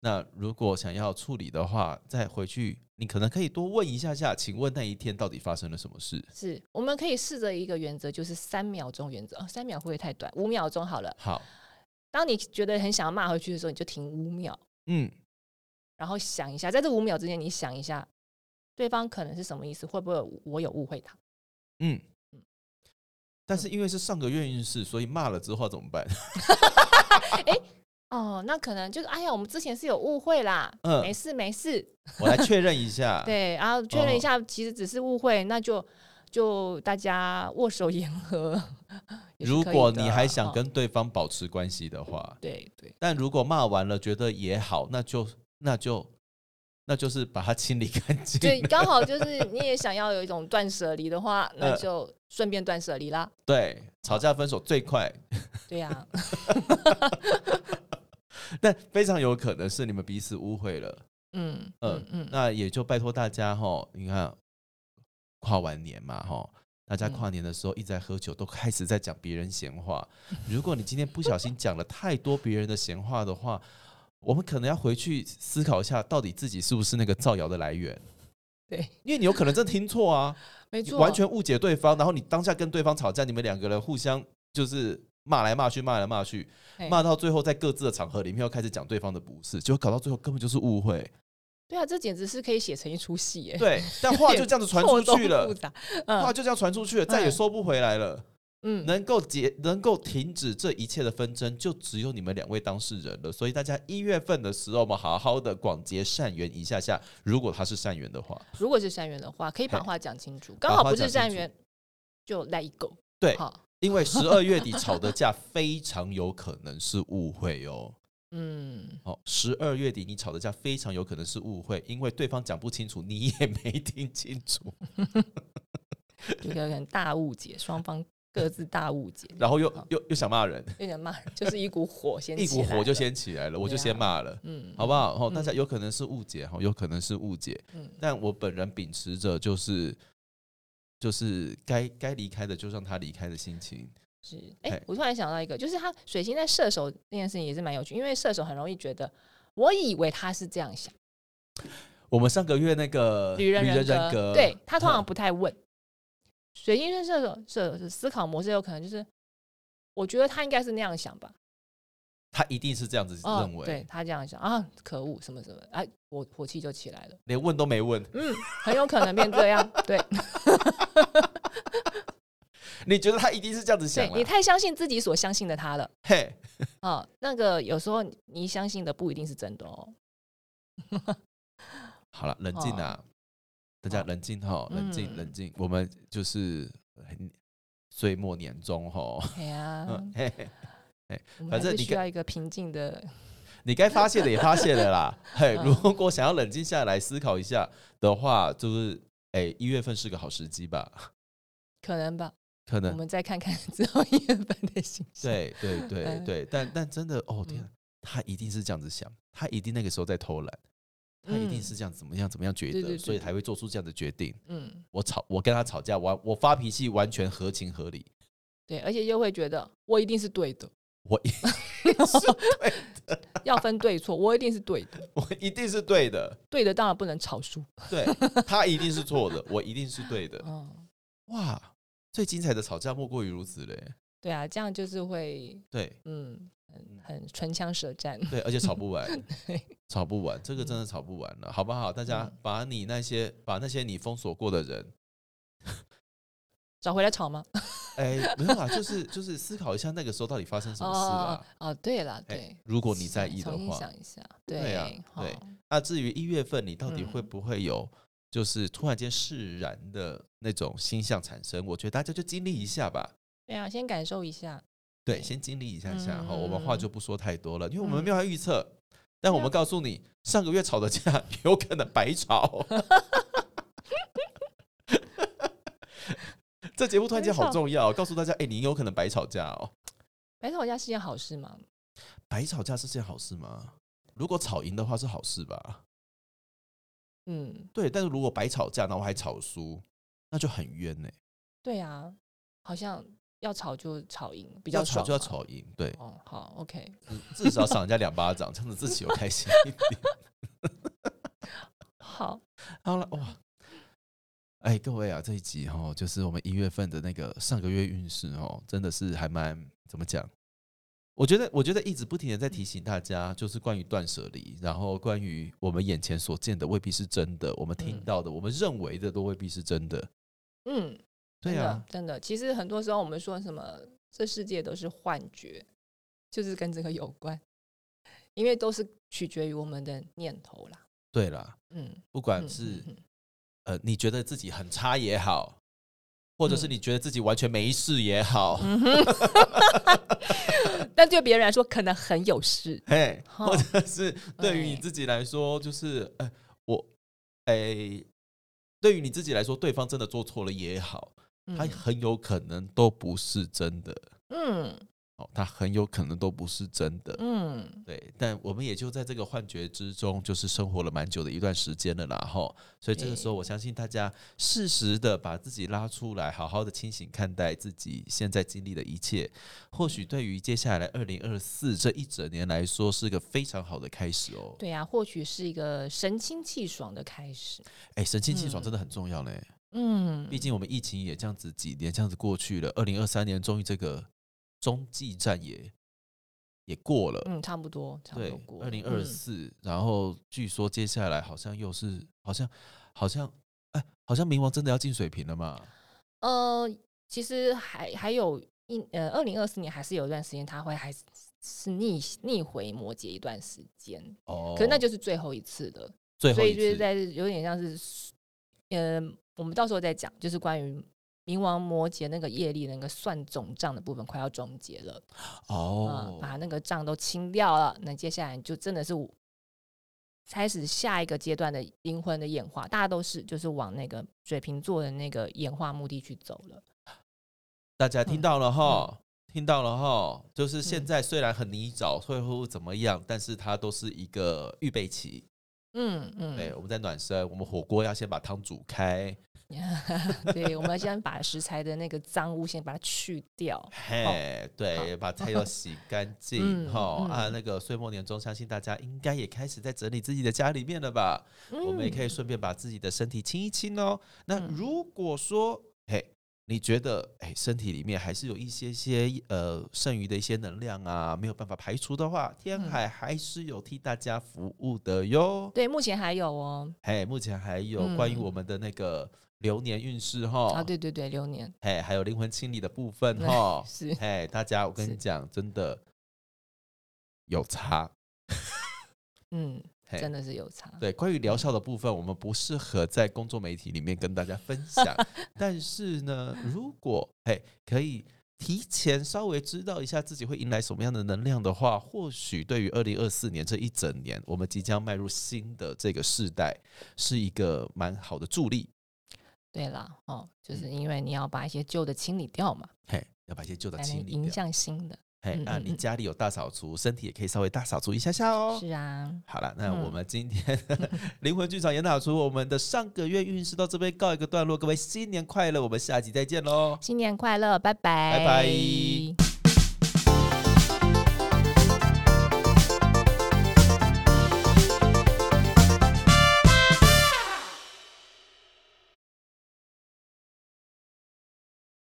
Speaker 1: 那如果想要处理的话，再回去你可能可以多问一下下，请问那一天到底发生了什么事？
Speaker 2: 是我们可以试着一个原则，就是三秒钟原则，哦，三秒会不会太短？五秒钟好了。
Speaker 1: 好，
Speaker 2: 当你觉得很想要骂回去的时候，你就停五秒，
Speaker 1: 嗯，
Speaker 2: 然后想一下，在这五秒之间，你想一下，对方可能是什么意思？会不会有我有误会他？
Speaker 1: 嗯
Speaker 2: 嗯，
Speaker 1: 但是因为是上个月运势，所以骂了之后怎么办？
Speaker 2: 哦，那可能就是哎呀，我们之前是有误会啦，
Speaker 1: 嗯啊
Speaker 2: 没事没事，
Speaker 1: 我来确认一下。，
Speaker 2: 对，然后确
Speaker 1: 哦
Speaker 2: 认一下，其实只是误会，那就就大家握手言和。 也是
Speaker 1: 如
Speaker 2: 可以
Speaker 1: 果
Speaker 2: 的
Speaker 1: 你还想、
Speaker 2: 哦
Speaker 1: 跟对方保持关系的话，
Speaker 2: 对对
Speaker 1: 但如果骂完了觉得也好，那就那就那就是把它清理干净。
Speaker 2: 对，刚好就是你也想要有一种断舍离的话，那
Speaker 1: 呃
Speaker 2: 就顺便断舍 离啦。
Speaker 1: 对，吵架分手最快，
Speaker 2: 对呀、
Speaker 1: 但非常有可能是你们彼此误会了。
Speaker 2: 嗯
Speaker 1: 呃
Speaker 2: 嗯嗯，
Speaker 1: 那也就拜托大家哈，你看跨完年嘛哈，大家
Speaker 2: 嗯
Speaker 1: 跨年的时候一直在喝酒，都开始在讲别人闲话。如果你今天不小心讲了太多别人的闲话的话，我们可能要回去思考一下，到底自己是不是那个造谣的来源。
Speaker 2: 对，
Speaker 1: 因为你有可能真的听错啊，
Speaker 2: 没
Speaker 1: 你
Speaker 2: 错，
Speaker 1: 完全误解对方，然后你当下跟对方吵架，你们两个人互相就是骂来骂去，骂来骂去，
Speaker 2: 嘿
Speaker 1: 骂到最后在各自的场合里面又开始讲对方的不是，结果搞到最后根本就是误会。
Speaker 2: 对啊，这简直是可以写成一出戏耶。
Speaker 1: 对，但话 就这样子传出去
Speaker 2: 错综复
Speaker 1: 了，
Speaker 2: 杂
Speaker 1: 话
Speaker 2: 嗯
Speaker 1: 就这样传出去了，再也收不回来了。
Speaker 2: 嗯，
Speaker 1: 能够解，能够停止这一切的纷争，就只有你们两位当事人了。所以大家一月份的时候，我们好好的广结善缘一下下。如果他是善缘的话，
Speaker 2: 如果是善缘的话，可以把
Speaker 1: 嘿
Speaker 2: 话讲清楚。
Speaker 1: 把
Speaker 2: 刚好
Speaker 1: 话
Speaker 2: 不是
Speaker 1: 讲
Speaker 2: 善
Speaker 1: 清楚
Speaker 2: 缘，就 let it go。
Speaker 1: 对
Speaker 2: 好，
Speaker 1: 因为十二月底吵的架非常有可能是误会哦。
Speaker 2: 嗯，
Speaker 1: 哦，十二月底你吵的架非常有可能是误会，因为对方讲不清楚，你也没听清 楚，
Speaker 2: 有一个很大误解，双方各自大误解，
Speaker 1: 然后又
Speaker 2: 好
Speaker 1: 又又想骂人，
Speaker 2: 有点骂人，就是一股火 先
Speaker 1: 一股
Speaker 2: 起来
Speaker 1: 火就
Speaker 2: 了，
Speaker 1: 先起来了，我就
Speaker 2: 对啊
Speaker 1: 先骂了。
Speaker 2: 嗯，
Speaker 1: 好不好？哦，
Speaker 2: 嗯
Speaker 1: 大家有可能是误解，哦哈，有可能是误解。
Speaker 2: 嗯，
Speaker 1: 但我本人秉持着就是就是该该离开的就让他离开的心情。
Speaker 2: 是。哎、
Speaker 1: 嘿
Speaker 2: 我突然想到一个，就是他水星在射手那件事情也是蛮有趣，因为射手很容易觉得，我以为他是这样想，
Speaker 1: 我们上个月那个
Speaker 2: 女人
Speaker 1: 呃人
Speaker 2: 人
Speaker 1: 人格，
Speaker 2: 对 他通常
Speaker 1: 嗯
Speaker 2: 不太问。水星跟射手射手思考模式有可能就是，我觉得他应该是那样想吧，
Speaker 1: 他一定是这样子
Speaker 2: 哦
Speaker 1: 认，
Speaker 2: 对
Speaker 1: 为，
Speaker 2: 他这样想啊，可恶什么什么，哎、我火气就起来了，
Speaker 1: 连问都没问。
Speaker 2: 嗯，很有可能变这样， 对，
Speaker 1: 你觉得他一定是这样子想
Speaker 2: 对
Speaker 1: 啊？
Speaker 2: 你太相信自己所相信的他了
Speaker 1: 嘿，
Speaker 2: 啊、那个有时候你你相信的不一定是真的哦，
Speaker 1: 好了，冷静啊，大家
Speaker 2: 好
Speaker 1: 冷静哈，冷静
Speaker 2: 哦嗯
Speaker 1: 冷静。我们就是很岁末年终哈，
Speaker 2: 哎呀，
Speaker 1: 嗯 嘿嘿
Speaker 2: 我
Speaker 1: 反
Speaker 2: 们还
Speaker 1: 正
Speaker 2: 是
Speaker 1: 你
Speaker 2: 需
Speaker 1: 跟
Speaker 2: 要一个平静的，
Speaker 1: 你该发泄的也发泄了 啦。嘿，
Speaker 2: 嗯
Speaker 1: 如果想要冷静下来思考一下的话，就是哎，一月份是个好时机吧？
Speaker 2: 可能吧。
Speaker 1: 可
Speaker 2: 我
Speaker 1: 能
Speaker 2: 们再看看 之后一月份的形象。
Speaker 1: 对对对
Speaker 2: 嗯
Speaker 1: 对，但但真的哦天啊
Speaker 2: 嗯，
Speaker 1: 他一定是这样子想，他一定那个时候在偷懒，他一定
Speaker 2: 嗯
Speaker 1: 是这样怎么样怎么样觉
Speaker 2: 对对
Speaker 1: 得，
Speaker 2: 对
Speaker 1: 所以
Speaker 2: 对
Speaker 1: 才会做出这样的决定。
Speaker 2: 嗯，
Speaker 1: 我吵，我跟他吵架，我我发脾气完全合情合理。
Speaker 2: 对，而且又会觉得我一定是对的，
Speaker 1: 我一定是 对，
Speaker 2: 要分对错，我一定是对的，
Speaker 1: 我一定是对的，
Speaker 2: 对的当然不能吵输。
Speaker 1: 对他一定是错的，我一定是对 的。
Speaker 2: 嗯，
Speaker 1: 哇，最精彩的吵架莫过于如此嘞。
Speaker 2: 对啊，这样就是会
Speaker 1: 对
Speaker 2: 嗯很很唇枪舌战。
Speaker 1: 对，而且吵不完
Speaker 2: 对，
Speaker 1: 吵不完，这个真的吵不完了，好不好？大家
Speaker 2: 嗯
Speaker 1: 把你那些把那些你封锁过的人，
Speaker 2: 找回来吵吗？
Speaker 1: 哎，没有啦，就是就是思考一下那个时候到底发生什么事
Speaker 2: 哦
Speaker 1: 啦。
Speaker 2: 哦，对了，对啊
Speaker 1: 哎，，如果你在意的
Speaker 2: 重新
Speaker 1: 话，
Speaker 2: 想一下，
Speaker 1: 对啊
Speaker 2: 好
Speaker 1: 对那至于一月份你到底会
Speaker 2: 嗯
Speaker 1: 不会有就是突然间释然的那种心象产生，我觉得大家就经历一下吧。
Speaker 2: 对啊，先感受一下，
Speaker 1: 对，
Speaker 2: 对
Speaker 1: 先经历一下下哈、我们
Speaker 2: 嗯
Speaker 1: 话就不说太多了，因为我们
Speaker 2: 嗯
Speaker 1: 没有要预测，但我们告诉你，上个月吵的架 有可能白 吵。 这节目突然间好重要，告诉大家，哎、你有可能白吵架哦。
Speaker 2: 白吵架是件好事吗？
Speaker 1: 白吵架是件好事吗？如果吵赢的话是好事吧？
Speaker 2: 嗯，
Speaker 1: 对，但是如果白吵架，然后还吵输，那就很冤欸呢、
Speaker 2: 对啊，好像要吵就吵赢，比
Speaker 1: 比
Speaker 2: 较
Speaker 1: 吵
Speaker 2: 爽
Speaker 1: 就要
Speaker 2: 嘛。
Speaker 1: 吵赢，对，
Speaker 2: 哦，好，OK，
Speaker 1: 至少赏人家两巴掌，这样子自己又开 心一点。
Speaker 2: 好，
Speaker 1: 好了，哇！哎，各位啊，这一集哦，就是我们一月份的那个上个月运势哦，真的是还蛮怎么讲？我觉得，我觉得一直不停的在提醒大家，就是关于断舍离，然后关于我们眼前所见的未必是真的，我们听
Speaker 2: 嗯
Speaker 1: 到的，我们认为的都未必是真的。
Speaker 2: 嗯，
Speaker 1: 对
Speaker 2: 真的
Speaker 1: 啊，
Speaker 2: 真的，其实很多时候我们说什么这世界都是幻觉，就是跟这个有关，因为都是取决于我们的念头啦。
Speaker 1: 对啦，
Speaker 2: 嗯，
Speaker 1: 不管
Speaker 2: 嗯
Speaker 1: 啊是
Speaker 2: 嗯嗯
Speaker 1: 呃，你觉得自己很差也好，或者是
Speaker 2: 嗯
Speaker 1: 你觉得自己完全没事也好，
Speaker 2: 嗯哼嗯但对别人来说可能很有事。
Speaker 1: 嘿，
Speaker 2: 哦
Speaker 1: 或者 是对于你
Speaker 2: 对
Speaker 1: 自己来说，就是哎、呃我哎、对于你自己来说，对方真的做错了也好，
Speaker 2: 嗯
Speaker 1: 他很有可能都不是真的，
Speaker 2: 嗯
Speaker 1: 哦，他很有可能都不是真的。
Speaker 2: 嗯，
Speaker 1: 对，但我们也就在这个幻觉之中，就是生活了蛮久的一段时间了啦，吼。所以这个时候，我相信大家适时的把自己拉出来，好好的清醒看待自己现在经历的一切，或许对于接下来二零二四这一整年来说，是个非常好的开始哦。
Speaker 2: 对啊，或许是一个神清气爽的开始。
Speaker 1: 哎，神清气爽
Speaker 2: 嗯
Speaker 1: 真的很重要嘞，
Speaker 2: 嗯，
Speaker 1: 毕竟我们疫情也这样子几年这样子过去了，二零二三年终于这个中继站也也过了，
Speaker 2: 嗯，差不多，差不
Speaker 1: 对
Speaker 2: 多过，了。
Speaker 1: 二零二
Speaker 2: 嗯
Speaker 1: 四，然后据说接下来好像又是好像好像哎，好像冥王真的要进水平了嘛？
Speaker 2: 呃，其实还还有一呃，二零二四年还是有一段时间，它会还是是逆逆回摩羯一段时间，
Speaker 1: 哦，
Speaker 2: 可是那就是最后一次了，
Speaker 1: 最后
Speaker 2: 所
Speaker 1: 一
Speaker 2: 以就是
Speaker 1: 次，
Speaker 2: 在有点像是，呃，我们到时候再讲，就是关于冥王摩羯那个业力那个算总账的部分快要终结了，嗯，
Speaker 1: 哦，
Speaker 2: 把那个账都清掉了，那接下来就真的是我开始下一个阶段的灵魂的演化，大家都是就是往那个水瓶座的那个演化目的去走了。
Speaker 1: 大家听
Speaker 2: 嗯
Speaker 1: 到了哈。听到了哈，就是现
Speaker 2: 嗯
Speaker 1: 在虽然很泥沼，会会怎么样，但是它都是一个预备期。
Speaker 2: 嗯嗯，
Speaker 1: 对，我们在暖身，我们火锅要先把汤煮开，
Speaker 2: 对，我们要先把食材的那个脏污先把它去掉。
Speaker 1: 嘿，对，把菜要洗 干净
Speaker 2: 嗯
Speaker 1: 哈啊！
Speaker 2: 嗯
Speaker 1: 那个岁末年终，相信大家应该也开始在整理自己的家里面了吧？我们也可以顺便把自己的身体清一清哦。那
Speaker 2: 嗯
Speaker 1: 如果说，嘿，你觉得，哎，身体里面还是有一些些呃剩余的一些能量啊，没有办法排除的话，天
Speaker 2: 嗯
Speaker 1: 海还是有替大家服务的哟。
Speaker 2: 对，目前还有哦。
Speaker 1: 嘿，目前还有关于
Speaker 2: 嗯
Speaker 1: 我们的那个流年运势哈
Speaker 2: 啊，，对对对，流年
Speaker 1: 嘿，还有灵魂清理的部分
Speaker 2: 对
Speaker 1: 哈，
Speaker 2: 是
Speaker 1: 嘿，大家，我跟你
Speaker 2: 是
Speaker 1: 讲，真的有差，
Speaker 2: 嗯，
Speaker 1: 嘿
Speaker 2: 真的是有差。
Speaker 1: 对，关于疗效的部分，我们不适合在公众媒体里面跟大家分 享。但是呢，如果哎可以提前稍微知道一下自己会迎来什么样的能量的话，或许对于二零二四年这一整年，我们即将迈入新的这个世代，是一个蛮好的助力。
Speaker 2: 对啦，哦，
Speaker 1: 嗯
Speaker 2: 就是因为你要把一些旧的清理掉嘛，
Speaker 1: 嘿，要把一些旧的
Speaker 2: 才
Speaker 1: 清
Speaker 2: 能
Speaker 1: 理
Speaker 2: 迎
Speaker 1: 掉。
Speaker 2: 向新的。
Speaker 1: 嘿，
Speaker 2: 嗯
Speaker 1: 那
Speaker 2: 嗯
Speaker 1: 你
Speaker 2: 嗯
Speaker 1: 家里有大扫除，身体也可以稍微大扫除一下下哦。
Speaker 2: 是啊，
Speaker 1: 好了，那
Speaker 2: 嗯
Speaker 1: 我们今天灵魂剧场研讨出我们的上个月运势到这边告一个段落，各位新年快乐，我们下集再见喽。
Speaker 2: 新年快乐，拜拜，
Speaker 1: 拜拜